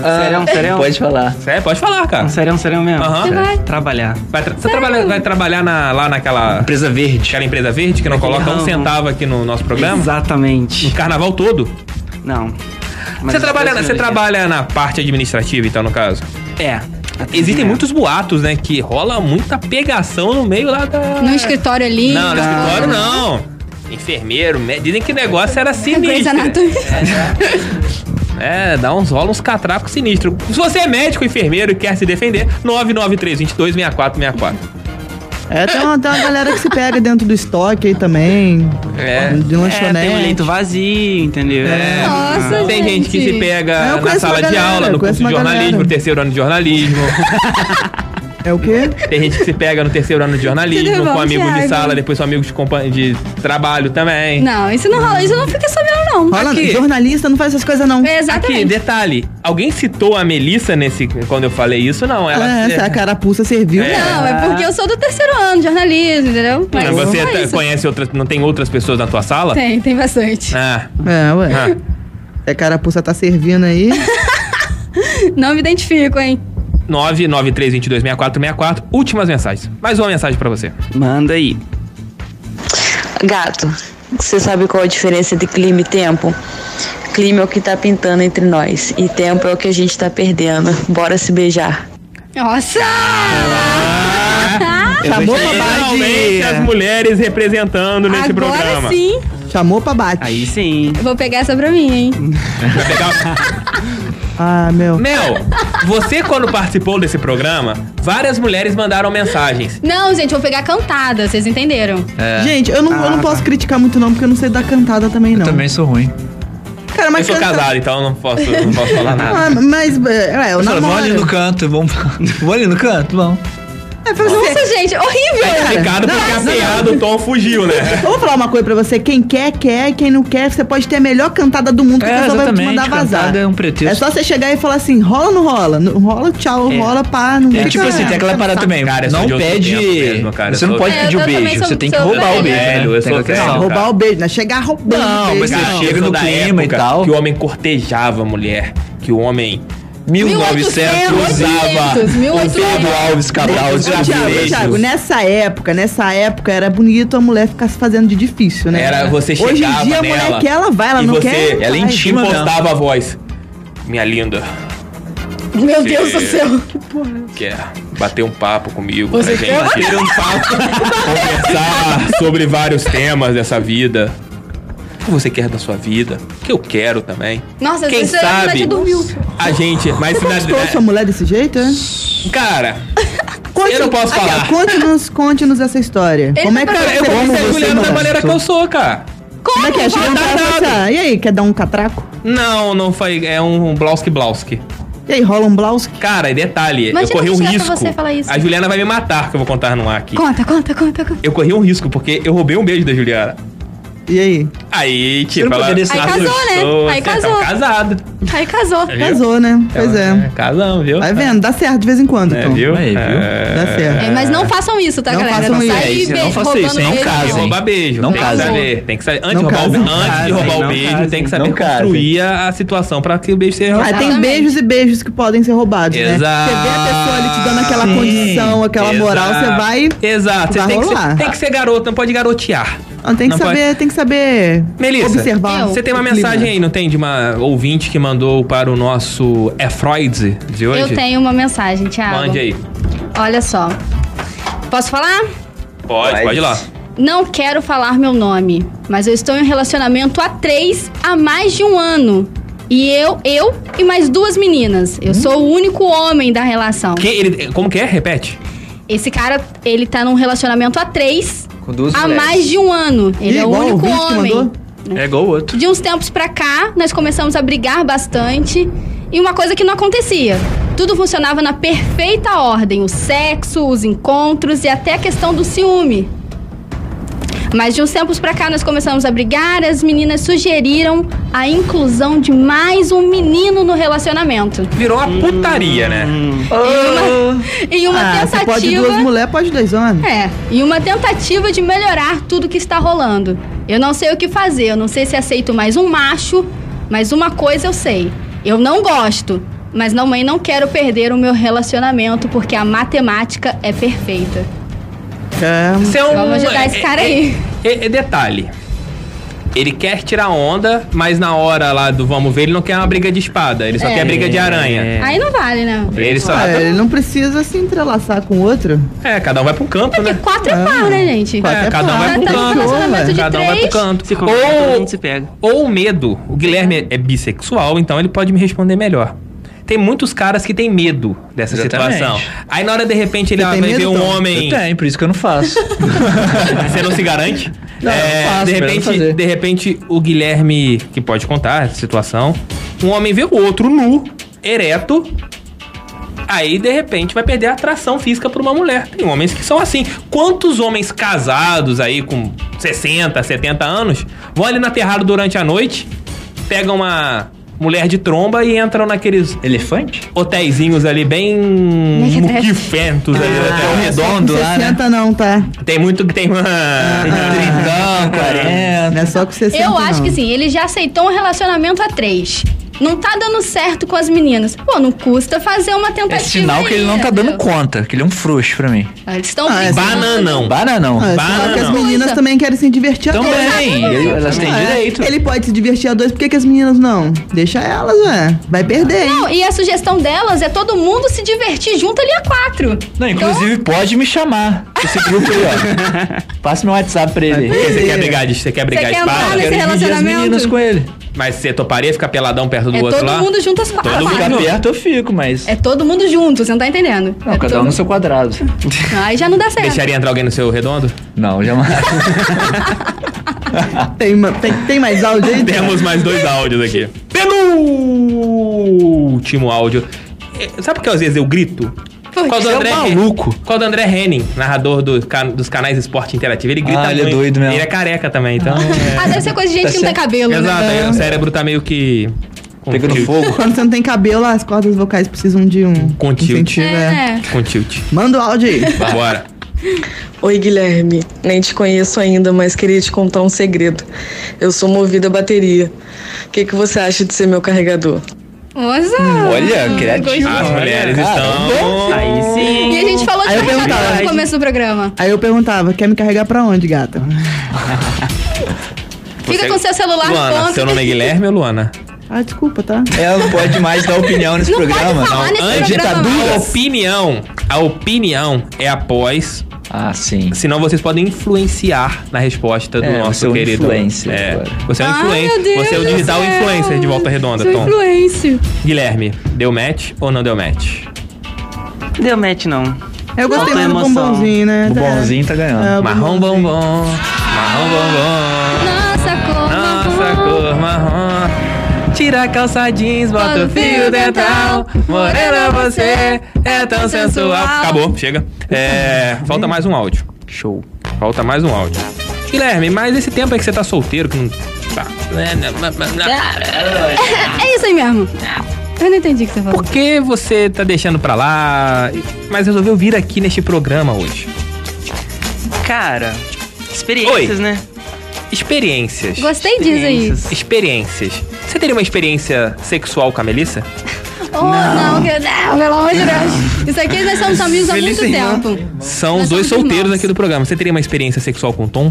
Speaker 4: Ah,
Speaker 6: serão, serão?
Speaker 4: pode falar.
Speaker 1: Sério? é, Pode falar, cara.
Speaker 6: Um serão, serão mesmo?
Speaker 1: Aham. Você vai.
Speaker 6: Trabalhar.
Speaker 1: Vai tra- você trabalha, vai trabalhar na- lá naquela. Empresa verde. Aquela empresa verde que não
Speaker 6: Naquele
Speaker 1: coloca um
Speaker 6: ramo.
Speaker 1: centavo aqui no nosso programa?
Speaker 6: Exatamente.
Speaker 1: No carnaval todo?
Speaker 6: Não. Mas é
Speaker 1: Você trabalha, na,
Speaker 6: eu
Speaker 1: você
Speaker 6: sei.
Speaker 1: trabalha na parte administrativa, então, no caso?
Speaker 6: É.
Speaker 1: Existem muitos boatos, né? Que rola muita pegação no meio lá da.
Speaker 3: No escritório ali.
Speaker 1: Não, no escritório não. Enfermeiro, mé- dizem que o negócio era
Speaker 3: Grey's
Speaker 1: sinistro.
Speaker 3: Anatomy.
Speaker 1: É, dá uns rola uns catracos sinistros. Se você é médico, enfermeiro e quer se defender, 993-22-6464.
Speaker 5: É, tem uma, tem uma galera que se pega dentro do estoque aí também.
Speaker 1: É.
Speaker 5: De lanchonete.
Speaker 6: É, tem um leito vazio, entendeu?
Speaker 1: É.
Speaker 5: Ah.
Speaker 6: Nossa,
Speaker 1: Tem gente que se
Speaker 5: Eu
Speaker 1: pega na
Speaker 5: conheço
Speaker 1: sala
Speaker 5: uma
Speaker 1: de
Speaker 5: galera,
Speaker 1: aula, no
Speaker 5: eu
Speaker 1: curso
Speaker 5: conheço
Speaker 1: de
Speaker 5: uma galera.
Speaker 1: jornalismo, no terceiro ano de jornalismo.
Speaker 5: É o quê?
Speaker 1: Tem gente que se pega no terceiro ano de jornalismo,
Speaker 3: Tudo
Speaker 1: com
Speaker 3: bom,
Speaker 1: amigos de
Speaker 3: Thiago?
Speaker 1: sala, depois são amigos de, compa- de trabalho também.
Speaker 3: Não, isso não rola, isso eu não fica sabendo, não.
Speaker 1: Rola, Aqui.
Speaker 5: jornalista não faz essas coisas, não.
Speaker 1: Aqui,
Speaker 5: É,
Speaker 3: Exatamente.
Speaker 1: detalhe, alguém citou a Melissa nesse quando eu falei isso? Não, ela.
Speaker 5: Ah, essa carapuça serviu.
Speaker 1: É.
Speaker 3: Não, é porque eu sou do terceiro ano de jornalismo, entendeu?
Speaker 1: Mas
Speaker 3: não
Speaker 1: você
Speaker 3: é
Speaker 1: tá-
Speaker 3: isso.
Speaker 1: conhece outras. Não tem outras pessoas na tua sala?
Speaker 3: Tem, tem bastante.
Speaker 1: Ah.
Speaker 5: É, ué.
Speaker 1: Ah.
Speaker 5: Se a carapuça tá servindo aí.
Speaker 3: [laughs] Não me identifico, hein?
Speaker 1: 993226464. Últimas mensagens. Mais uma mensagem pra você.
Speaker 6: Manda aí.
Speaker 14: Gato, você sabe qual a diferença de clima e tempo? Clima é o que tá pintando entre nós e tempo é o que a gente tá perdendo. Bora se beijar.
Speaker 3: Nossa!
Speaker 5: Chamou pra
Speaker 1: Finalmente as
Speaker 5: bate.
Speaker 1: mulheres representando nesse
Speaker 3: Agora
Speaker 1: programa.
Speaker 3: sim,
Speaker 5: Chamou pra bate.
Speaker 6: Aí sim.
Speaker 3: eu vou pegar essa pra mim, hein?
Speaker 5: Ah, meu.
Speaker 1: Mel, você quando participou desse programa, várias mulheres mandaram mensagens.
Speaker 3: Não, gente, eu vou pegar cantada, vocês entenderam?
Speaker 4: É.
Speaker 5: Gente, eu não, eu não posso criticar muito, não, porque eu não sei dar cantada também, não.
Speaker 4: Também sou ruim.
Speaker 5: Cara,
Speaker 1: eu
Speaker 5: mas
Speaker 1: sou
Speaker 5: canta-
Speaker 1: casado, então eu não posso, não posso falar nada.
Speaker 5: Ah, mas, é, é, eu
Speaker 4: Eu falo, vamos ali no
Speaker 5: namoro.
Speaker 4: canto, vamos. vamos ali no canto, vamos.
Speaker 5: É, pra você.
Speaker 3: Nossa, gente, horrível!
Speaker 1: Complicado porque a piada do Tom fugiu, né?
Speaker 5: Eu vou falar uma coisa pra você. Quem quer, quer. Quem não quer, você pode ter a melhor cantada do mundo que a
Speaker 4: É,
Speaker 5: pessoa vai te
Speaker 4: exatamente.
Speaker 5: mandar vazar.
Speaker 4: Cantada é um pretexto.
Speaker 5: É só você chegar e falar assim, rola ou não rola? Não rola, tchau,
Speaker 4: É.
Speaker 5: rola, pá. Não
Speaker 4: É,
Speaker 5: fica-
Speaker 4: tipo assim, tem aquela parada também.
Speaker 1: eu sou
Speaker 4: não
Speaker 1: de outro
Speaker 4: pede.
Speaker 1: tempo mesmo, cara, eu
Speaker 4: você não
Speaker 1: sou-
Speaker 4: pode
Speaker 1: É,
Speaker 4: pedir
Speaker 3: eu
Speaker 4: o
Speaker 3: também
Speaker 4: beijo.
Speaker 3: sou-
Speaker 4: você tem que
Speaker 3: sou
Speaker 4: roubar o
Speaker 3: velha.
Speaker 4: beijo.
Speaker 1: Velho,
Speaker 4: né?
Speaker 1: eu
Speaker 4: Tem
Speaker 1: sou
Speaker 4: aquela
Speaker 1: velho.
Speaker 4: questão.
Speaker 1: Não,
Speaker 5: Roubar
Speaker 1: cara.
Speaker 5: o beijo, né? Chegar roubando o
Speaker 4: Não,
Speaker 5: beijo.
Speaker 4: mas você
Speaker 1: Não,
Speaker 4: chega
Speaker 1: eu sou
Speaker 4: no
Speaker 1: da
Speaker 4: clima e
Speaker 1: época
Speaker 4: tal.
Speaker 1: Que o homem cortejava a mulher. Que o homem
Speaker 4: 1900 usava
Speaker 3: 1800,
Speaker 4: o Pedro
Speaker 3: 1800.
Speaker 4: Alves Cabral de
Speaker 5: Ô, Thiago, Thiago, né? nessa época, nessa época era bonito a mulher ficar se fazendo de difícil, né?
Speaker 1: Era você chegava
Speaker 5: Hoje em dia
Speaker 1: nela,
Speaker 5: a mulher quer, ela vai, ela
Speaker 1: e
Speaker 5: não
Speaker 1: você,
Speaker 5: quer.
Speaker 1: Ela
Speaker 5: vai.
Speaker 1: intima impostava a voz. Minha linda,
Speaker 3: Meu Deus do céu!
Speaker 5: é
Speaker 1: quer bater um papo comigo?
Speaker 3: Você
Speaker 1: pra
Speaker 3: quer
Speaker 1: gente
Speaker 3: bater
Speaker 1: um
Speaker 3: [laughs]
Speaker 1: papo? conversar sobre vários temas dessa vida. O que você quer da sua vida? O que eu quero também.
Speaker 3: Nossa,
Speaker 1: Quem
Speaker 3: você na
Speaker 1: sabe?
Speaker 3: verdade dormiu.
Speaker 1: A gente, mas
Speaker 5: Você
Speaker 1: na,
Speaker 5: conquistou sua mulher desse jeito, é?
Speaker 1: cara, eu não posso
Speaker 5: Aqui, ó,
Speaker 1: falar.
Speaker 5: Conte-nos, conte-nos essa história.
Speaker 3: Ele
Speaker 5: como é
Speaker 3: tá
Speaker 5: que
Speaker 3: pra-
Speaker 5: você
Speaker 1: Eu
Speaker 5: como
Speaker 1: conheci a
Speaker 5: você
Speaker 1: mulher da
Speaker 5: mora?
Speaker 1: maneira que eu sou, cara.
Speaker 5: Como é que é?
Speaker 1: Tá
Speaker 5: Chega um cara e fala assim, ah, e aí, quer dar um catraco?
Speaker 1: Não, não foi. É um Blauski Blauski.
Speaker 5: E aí, rola um blouse?
Speaker 1: Cara, e detalhe,
Speaker 3: Imagina
Speaker 1: eu corri um
Speaker 3: chegar pra
Speaker 1: risco.
Speaker 3: você e falar isso.
Speaker 1: A Juliana vai me matar, que eu vou contar no ar aqui.
Speaker 3: Conta, conta, conta, conta.
Speaker 1: Eu corri um risco, porque eu roubei um beijo da Juliana.
Speaker 5: E aí?
Speaker 1: Aí,
Speaker 4: não
Speaker 1: tipo, ela
Speaker 4: poderia ser
Speaker 3: Aí casou, né?
Speaker 1: assustou,
Speaker 3: Aí
Speaker 1: você
Speaker 3: casou.
Speaker 1: tava casado.
Speaker 3: Aí casou.
Speaker 1: Viu?
Speaker 5: Casou, né? Pois é.
Speaker 1: Casão, viu?
Speaker 5: Vai vendo, então. dá certo de vez em quando,
Speaker 1: É,
Speaker 5: Tom.
Speaker 1: viu?
Speaker 4: Aí, viu?
Speaker 1: É.
Speaker 5: Dá certo.
Speaker 3: É, mas não façam isso, tá,
Speaker 5: Não
Speaker 3: galera?
Speaker 5: façam isso.
Speaker 3: Sai
Speaker 4: É, isso,
Speaker 3: be-
Speaker 4: não faça
Speaker 3: roubando
Speaker 4: isso,
Speaker 1: um
Speaker 4: não
Speaker 3: beijo,
Speaker 4: casa,
Speaker 1: Tem que
Speaker 4: hein?
Speaker 1: roubar beijo.
Speaker 4: Não
Speaker 1: tem
Speaker 4: casem.
Speaker 1: que saber. Tem que saber. Antes, de
Speaker 5: Não
Speaker 1: roubar, o,
Speaker 5: casem.
Speaker 1: antes de
Speaker 4: Não
Speaker 1: roubar o
Speaker 4: casem.
Speaker 1: beijo, tem que saber
Speaker 4: Não casem.
Speaker 1: construir a, a situação pra que o beijo seja
Speaker 5: Ah,
Speaker 1: roubado.
Speaker 5: tem beijos e beijos que podem ser roubados, né?
Speaker 1: Exato.
Speaker 5: Você vê a pessoa ali te dando aquela
Speaker 4: Sim.
Speaker 5: condição, aquela moral,
Speaker 1: Exato.
Speaker 5: você vai.
Speaker 1: Exato. Você
Speaker 5: vai
Speaker 1: tem, que ser,
Speaker 5: rolar.
Speaker 1: tem que ser garoto, não pode garotear.
Speaker 5: Não, tem que
Speaker 1: Não
Speaker 5: saber, tem que saber
Speaker 1: Melissa,
Speaker 5: observar.
Speaker 3: Eu.
Speaker 1: Você tem uma
Speaker 5: o clima.
Speaker 1: mensagem aí, não tem? De uma ouvinte que mandou para o nosso É Freud de hoje?
Speaker 3: Eu tenho uma mensagem, Thiago.
Speaker 1: Mande aí.
Speaker 3: Olha só. Posso falar?
Speaker 1: Pode, pode, ir lá.
Speaker 3: Não quero falar meu nome, mas eu estou em um relacionamento há três, há mais de um ano. E eu, eu e mais duas meninas. Eu sou o único homem da relação.
Speaker 1: Que- ele- como que é? Repete.
Speaker 3: Esse cara, ele tá num relacionamento há três,
Speaker 4: Com duas
Speaker 3: há
Speaker 4: mulheres.
Speaker 3: mais de um ano. Ele
Speaker 5: Ih,
Speaker 3: é o
Speaker 5: igual
Speaker 3: único
Speaker 5: ouvinte que
Speaker 3: homem.
Speaker 5: mandou.
Speaker 4: É igual o outro.
Speaker 3: De uns tempos pra cá, nós começamos a brigar bastante. E uma coisa que não acontecia. Tudo funcionava na perfeita ordem: o sexo, os encontros e até a questão do ciúme. Mas de uns tempos pra cá nós começamos a brigar, as meninas sugeriram a inclusão de mais um menino no relacionamento.
Speaker 1: Virou uma putaria, né?
Speaker 3: Em uma
Speaker 5: Ah, você
Speaker 3: tentativa.
Speaker 5: pode duas mulheres, pode dois homens.
Speaker 3: É, e uma tentativa de melhorar tudo que está rolando. Eu não sei o que fazer, eu não sei se aceito mais um macho, mas uma coisa eu sei. Eu não gosto, Mas não, mãe, não quero perder o meu relacionamento porque a matemática é perfeita.
Speaker 1: Você é um-
Speaker 3: Vamos ajudar esse cara aí.
Speaker 1: E, e detalhe. Ele quer tirar onda, mas na hora lá do vamos ver, ele não quer uma briga de espada, ele só
Speaker 3: É.
Speaker 1: quer briga de aranha.
Speaker 3: Aí não vale, né?
Speaker 1: Ele só.
Speaker 5: Ah, ele não precisa se entrelaçar com o outro.
Speaker 1: É, cada um vai pra um canto, né?
Speaker 3: Quatro
Speaker 5: Ah.
Speaker 3: é par, né, gente?
Speaker 1: É, cada um vai pro
Speaker 3: Tá num
Speaker 1: canto.
Speaker 3: relacionamento de
Speaker 1: Cada um vai pro
Speaker 3: três.
Speaker 1: canto.
Speaker 6: Se convida, todo
Speaker 1: Ou,
Speaker 6: mundo se pega.
Speaker 1: ou medo. O Guilherme é bissexual, então ele pode me responder melhor. Tem muitos caras que têm medo dessa
Speaker 4: Exatamente.
Speaker 1: situação. Aí na hora, de repente, ele
Speaker 4: Você
Speaker 1: ah, vai
Speaker 4: tem
Speaker 1: ver
Speaker 4: medo,
Speaker 1: um
Speaker 4: Tom?
Speaker 1: homem.
Speaker 4: Eu tenho, por isso que eu
Speaker 1: [laughs]
Speaker 4: não faço.
Speaker 1: Você não se garante? É,
Speaker 4: Não, eu não faço,
Speaker 1: de,
Speaker 4: pra não
Speaker 1: repente,
Speaker 4: fazer.
Speaker 1: de repente, o Guilherme, que pode contar essa situação, um homem vê o outro nu, ereto, aí de repente vai perder a atração física por uma mulher. Tem homens que são assim. Quantos homens casados aí com 60, 70 anos vão ali na terrada durante a noite, pegam uma mulher de tromba e entram naqueles elefante? Hotéisinhos ali bem muquifentos
Speaker 4: Ah,
Speaker 1: ali,
Speaker 4: é,
Speaker 1: né?
Speaker 5: Redondo, com 60 não, tá?
Speaker 1: Tem muito que tem uma.
Speaker 4: Ah.
Speaker 1: Trintão, 40.
Speaker 5: Não é só com 60
Speaker 3: Eu acho
Speaker 5: não.
Speaker 3: que sim, ele já aceitou um relacionamento a três. Não tá dando certo com as meninas. Pô, não custa fazer uma tentativa.
Speaker 4: É sinal que ele não tá dando conta, que ele é um frouxo pra mim.
Speaker 3: Ah, Eles estão
Speaker 5: Ah, é
Speaker 3: brincando.
Speaker 1: Bananão.
Speaker 4: Bananão.
Speaker 5: Ah, só que as meninas também querem se divertir a
Speaker 4: Também,
Speaker 5: dois.
Speaker 4: Exatamente. elas têm
Speaker 5: Ah, é.
Speaker 4: direito.
Speaker 5: Ele pode se divertir a dois, por que, que as meninas não? Deixa elas, ué. Vai perder, hein?
Speaker 3: Não, e a sugestão delas é todo mundo se divertir junto ali a quatro.
Speaker 4: Não, inclusive
Speaker 1: Então-
Speaker 4: pode me chamar. Esse grupo aí,
Speaker 1: [laughs]
Speaker 4: ó. Passa meu WhatsApp pra ele.
Speaker 1: Você quer brigar de, você quer brigar
Speaker 3: quer
Speaker 1: de
Speaker 3: entrar
Speaker 1: espada? Quero
Speaker 3: nesse
Speaker 1: dividir as
Speaker 3: relacionamento?
Speaker 1: meninas com ele. Mas você toparia ficar peladão perto do
Speaker 3: é
Speaker 1: outro
Speaker 3: todo
Speaker 1: lá?
Speaker 3: mundo junto às quatro.
Speaker 1: Todo mundo. Ficar perto
Speaker 4: eu fico, mas. um
Speaker 3: É todo mundo junto, você não tá entendendo. Não, é todo...
Speaker 4: seu quadrado.
Speaker 3: Aí já não dá certo.
Speaker 1: Deixaria entrar alguém no seu redondo? [laughs]
Speaker 4: Não, jamais.
Speaker 5: Tem, ma- tem, tem mais
Speaker 1: [laughs]
Speaker 5: áudio aí?
Speaker 1: Temos mais dois áudios aqui. Penúltimo áudio. É, Sabe por que às vezes eu grito?
Speaker 4: Por
Speaker 1: Qual do
Speaker 4: quê?
Speaker 1: André
Speaker 4: Você é um maluco.
Speaker 1: Qual do André Henning, narrador do ca- dos canais Esporte Interativo. Ele grita
Speaker 4: Ah, ele é
Speaker 1: muito.
Speaker 4: doido mesmo.
Speaker 1: Ele é careca também, então. é.
Speaker 3: Ah, deve ser coisa de gente
Speaker 1: Tá
Speaker 3: que não tem
Speaker 1: certo.
Speaker 3: cabelo,
Speaker 1: Exato,
Speaker 3: né?
Speaker 1: aí o cérebro tá meio que. Pegando
Speaker 5: Quando você não tem cabelo, as cordas vocais precisam de um
Speaker 1: Com tilt.
Speaker 5: incentivo. é.
Speaker 1: Com tilt.
Speaker 5: Manda o áudio aí.
Speaker 1: Bora.
Speaker 15: Oi, Guilherme. Nem te conheço ainda, mas queria te contar um segredo. Eu sou movida a bateria. O que, que você acha de ser meu carregador?
Speaker 3: Nossa.
Speaker 1: criativo. As mulheres
Speaker 4: é
Speaker 1: estão. Ah, Aí
Speaker 3: E a gente falou de
Speaker 5: Aí eu
Speaker 3: carregador
Speaker 5: perguntava.
Speaker 3: no começo do programa.
Speaker 5: Aí eu perguntava, quer me carregar pra onde, gata?
Speaker 3: Fica com seu celular
Speaker 1: Luana,
Speaker 3: ponto.
Speaker 1: seu nome é Guilherme ou Luana?
Speaker 5: Ah, desculpa, tá?
Speaker 4: Ela É, não pode mais dar opinião nesse
Speaker 1: Não pode
Speaker 4: programa.
Speaker 1: falar
Speaker 4: não,
Speaker 1: nesse
Speaker 4: antes
Speaker 1: programa
Speaker 4: tá
Speaker 1: mais.
Speaker 4: dura.
Speaker 1: A opinião. A opinião é após.
Speaker 4: Ah, sim.
Speaker 1: Senão vocês podem influenciar na resposta do
Speaker 4: É,
Speaker 1: nosso
Speaker 4: você é um
Speaker 1: querido.
Speaker 4: influencer
Speaker 1: é.
Speaker 4: agora.
Speaker 1: Você é um
Speaker 3: Ai, meu
Speaker 1: influencer.
Speaker 3: Deus
Speaker 1: Você é o
Speaker 3: do
Speaker 1: digital
Speaker 3: céu.
Speaker 1: influencer de volta redonda,
Speaker 3: Sou
Speaker 1: Tom.
Speaker 3: influência.
Speaker 1: Guilherme, deu match ou não deu match?
Speaker 6: Deu match, não.
Speaker 5: Eu gostei
Speaker 6: Faltou
Speaker 5: mais do
Speaker 6: emoção.
Speaker 5: bombonzinho, né?
Speaker 4: Bombonzinho tá ganhando.
Speaker 5: É, o
Speaker 1: marrom bombom. Marrom bombom.
Speaker 3: Nossa cor.
Speaker 1: Nossa cor marrom. Tira a calça jeans, bota o fio dental. Morena, você é tão sensual. Acabou, chega. É, falta mais um áudio. Show. Falta mais um áudio. Guilherme, mas esse tempo aí que você tá solteiro, que não. Tá.
Speaker 3: É isso aí mesmo. Eu não entendi o que você falou.
Speaker 1: Por que você tá deixando pra lá, mas resolveu vir aqui neste programa hoje?
Speaker 6: Cara, experiências, né?
Speaker 1: Experiências.
Speaker 3: Gostei disso aí.
Speaker 1: Experiências. Experiências. Você teria uma experiência sexual com a Melissa?
Speaker 3: Oh, não, que- não, pelo amor de Deus. Isso aqui nós somos amigos há muito
Speaker 1: Melissa e irmã.
Speaker 3: tempo.
Speaker 1: São os dois solteiros aqui do programa. Você teria uma experiência sexual com o Tom?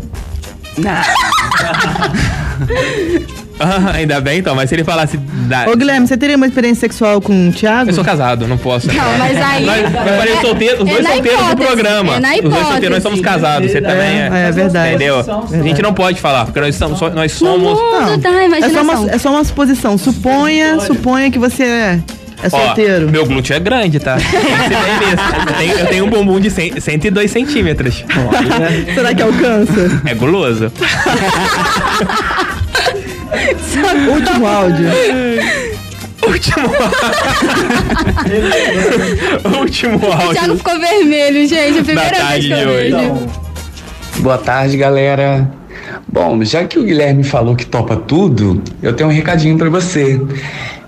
Speaker 1: Ah, ainda bem, então. Mas se ele falasse... Da...
Speaker 5: Ô, Guilherme, você teria uma experiência sexual com o Thiago?
Speaker 1: Eu sou casado, não posso.
Speaker 3: Não, mas aí-
Speaker 1: Nós, eu falei, os solteiros- os
Speaker 3: É- é
Speaker 1: dois
Speaker 3: na
Speaker 1: solteiros do
Speaker 3: hipótese,
Speaker 1: programa.
Speaker 3: é na
Speaker 1: os dois solteiros, nós
Speaker 3: hipótese.
Speaker 1: somos casados. Você também é.
Speaker 5: é verdade.
Speaker 1: Entendeu? A gente
Speaker 5: Verdade.
Speaker 1: não pode falar, porque nós somos. Nós somos
Speaker 5: Não,
Speaker 3: tá,
Speaker 5: é, só uma, é só uma suposição. Suponha, suponha que você é, é
Speaker 1: Ó,
Speaker 5: solteiro.
Speaker 1: meu glúteo é grande, tá? Pense bem nisso. Eu tenho- Eu tenho um bumbum de 100, 102 centímetros.
Speaker 5: [laughs] Será que alcança?
Speaker 1: [laughs] É guloso.
Speaker 5: Último áudio.
Speaker 1: Último áudio. Último
Speaker 3: O Thiago
Speaker 1: áudio.
Speaker 3: ficou vermelho, gente. A primeira
Speaker 1: Da
Speaker 3: vez que
Speaker 1: tarde de
Speaker 3: eu
Speaker 1: hoje.
Speaker 3: vejo.
Speaker 16: Boa tarde, galera. Bom, já que o Guilherme falou que topa tudo, eu tenho um recadinho pra você.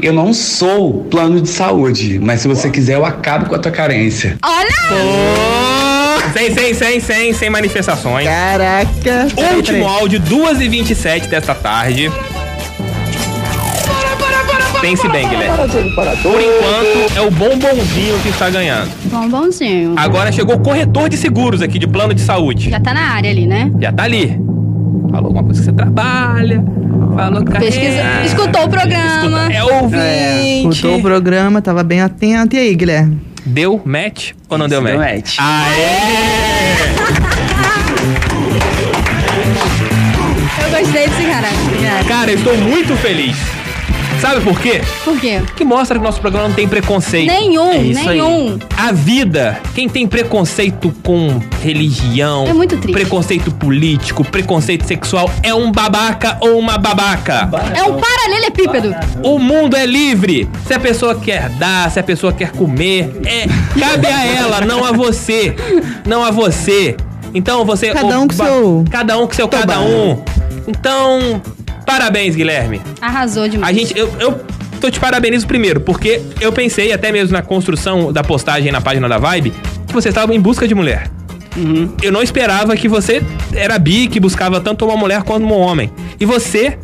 Speaker 16: Eu não sou plano de saúde, mas se você quiser, eu acabo com a tua carência.
Speaker 1: Olha! Sem, sem, sem, sem, sem manifestações.
Speaker 5: Caraca.
Speaker 1: Último áudio, 2h27 desta tarde.
Speaker 17: Para, para, para,
Speaker 1: Pense bem, Guilherme. Por enquanto, é o bombonzinho que está ganhando.
Speaker 3: Bombonzinho.
Speaker 1: Agora chegou o corretor de seguros aqui, de plano de saúde.
Speaker 3: Já tá na área ali, né?
Speaker 1: Já tá ali. Falou alguma coisa que você trabalha. Falou que tá
Speaker 3: Pesquisa. Escutou o programa.
Speaker 1: É ouvinte.
Speaker 5: Escutou o programa, tava bem atento. E aí, Guilherme?
Speaker 1: Deu match ou não deu match? Ah, é? Deu match. Aê!
Speaker 3: Eu gostei desse cara. Obrigada.
Speaker 1: Cara, eu estou muito feliz. Sabe por quê?
Speaker 3: Por quê?
Speaker 1: Que mostra que nosso programa não tem preconceito.
Speaker 3: Nenhum, nenhum.
Speaker 1: A vida, quem tem preconceito com religião,
Speaker 3: É muito triste.
Speaker 1: preconceito político, preconceito sexual, é um babaca ou uma babaca.
Speaker 3: É um paralelepípedo.
Speaker 1: O mundo é livre. Se a pessoa quer dar, se a pessoa quer comer, é, cabe a ela, não a você. Não a você. Então você.
Speaker 5: Cada um com
Speaker 1: ba-
Speaker 5: seu-
Speaker 1: Cada um com seu cada um. Então, parabéns, Guilherme.
Speaker 3: Arrasou demais.
Speaker 1: A gente. Eu, eu tô te parabenizo primeiro, porque eu pensei, até mesmo na construção da postagem na página da Vibe, que você estava em busca de mulher. Eu não esperava que você era bi, que buscava tanto uma mulher quanto um homem. E você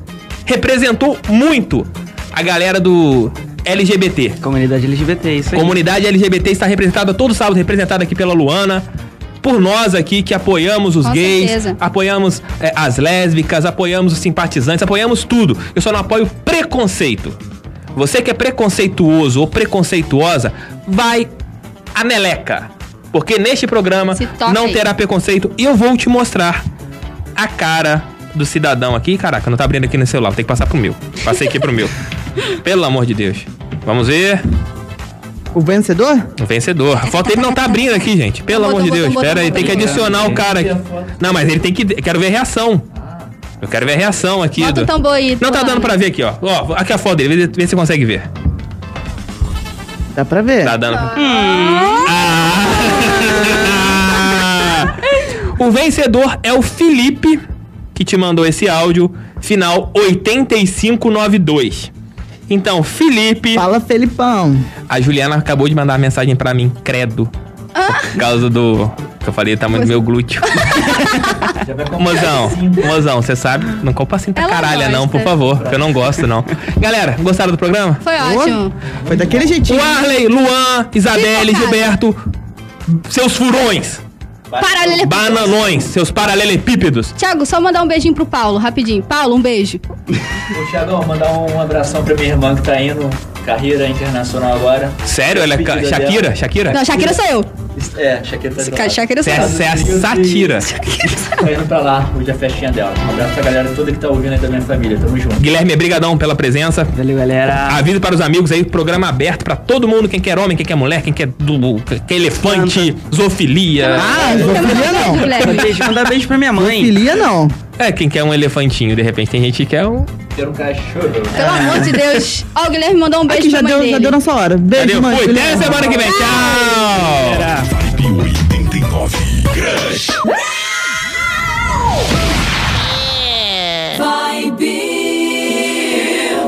Speaker 1: representou muito a galera do LGBT.
Speaker 6: Comunidade LGBT, é isso aí.
Speaker 1: Comunidade LGBT está representada todo sábado, representada aqui pela Luana. Por nós aqui que apoiamos os
Speaker 3: Com
Speaker 1: gays,
Speaker 3: certeza.
Speaker 1: apoiamos eh, as lésbicas, apoiamos os simpatizantes, apoiamos tudo. Eu só não apoio preconceito. Você que é preconceituoso ou preconceituosa, vai a meleca. Porque neste programa
Speaker 3: toca
Speaker 1: não
Speaker 3: aí.
Speaker 1: terá preconceito e eu vou te mostrar a cara do cidadão aqui. Caraca, não tá abrindo aqui no celular, tem que passar pro meu. Passei aqui pro
Speaker 3: [laughs]
Speaker 1: meu. Pelo amor de Deus. Vamos ver.
Speaker 5: O vencedor?
Speaker 1: O vencedor. A foto dele não tá abrindo aqui, gente. Pelo amor de Deus. Pera aí, tem que adicionar o cara aqui. Não, mas ele tem que. Quero ver a reação. Eu quero ver a reação aqui.
Speaker 3: Bota então o
Speaker 1: do-
Speaker 3: tambor aí.
Speaker 1: Não tá dando pra ver aqui, ó. Ó, aqui a foto dele. Vê, vê se você consegue ver.
Speaker 5: Dá pra ver?
Speaker 1: Tá dando. Ah. O vencedor é o Felipe, que te mandou esse áudio, final 8592. Então, Felipe.
Speaker 5: Fala, Felipão.
Speaker 1: A Juliana acabou de mandar uma mensagem pra mim, credo.
Speaker 3: Ah.
Speaker 1: Por causa do. Que eu falei, tamanho do meu glúteo. mozão, mozão, você sabe? Não compra assim pra
Speaker 3: Ela
Speaker 1: caralha, não,
Speaker 3: gosta.
Speaker 1: por favor. que Eu não gosto, não. Galera, gostaram do programa?
Speaker 3: Foi ótimo.
Speaker 5: Foi daquele jeitinho.
Speaker 1: Warley, Luan, Isabelle,
Speaker 3: Focado.
Speaker 1: Gilberto, seus furões,
Speaker 3: Paralelepípedo.
Speaker 1: bananões, seus paralelepípedos.
Speaker 3: Tiago, só mandar um beijinho pro Paulo, rapidinho. Paulo, um beijo.
Speaker 9: Ô, Thiagão, mandar um abração pra minha irmã que tá indo carreira internacional agora.
Speaker 1: Sério? Ela é ca-
Speaker 9: Pedido
Speaker 1: Shakira?
Speaker 9: dela.
Speaker 1: Shakira?
Speaker 3: Não, Shakira sou eu.
Speaker 9: É, Shakira tá indo
Speaker 3: Ca-
Speaker 9: lá.
Speaker 3: Shakira sou eu.
Speaker 1: Você é satira.
Speaker 9: Tá indo pra lá, hoje é a festinha dela. Um abraço pra galera toda que tá ouvindo aí da minha família. Tamo junto.
Speaker 1: Guilherme, brigadão pela presença. Valeu, galera. Aviso para os amigos aí, programa aberto pra todo mundo, quem quer homem, quem quer mulher, quem quer, du- quem quer elefante, zoofilia.
Speaker 5: Ah, zoofilia não.
Speaker 1: Beijo,
Speaker 6: mandar beijo pra minha mãe.
Speaker 5: Zoofilia não.
Speaker 1: É, quem quer um elefantinho, de repente tem gente que quer um...
Speaker 9: Quero um cachorro.
Speaker 3: Pelo amor de Deus. Ó, o Guilherme mandou um beijo
Speaker 5: Aqui
Speaker 3: pra
Speaker 5: já
Speaker 3: mãe
Speaker 5: deu,
Speaker 3: dele.
Speaker 5: já deu nossa hora. Beijo,
Speaker 1: Valeu,
Speaker 5: mãe.
Speaker 1: fui.
Speaker 5: Juliana.
Speaker 1: Até semana que vem. Tchau.
Speaker 2: Vibe 89. Crush.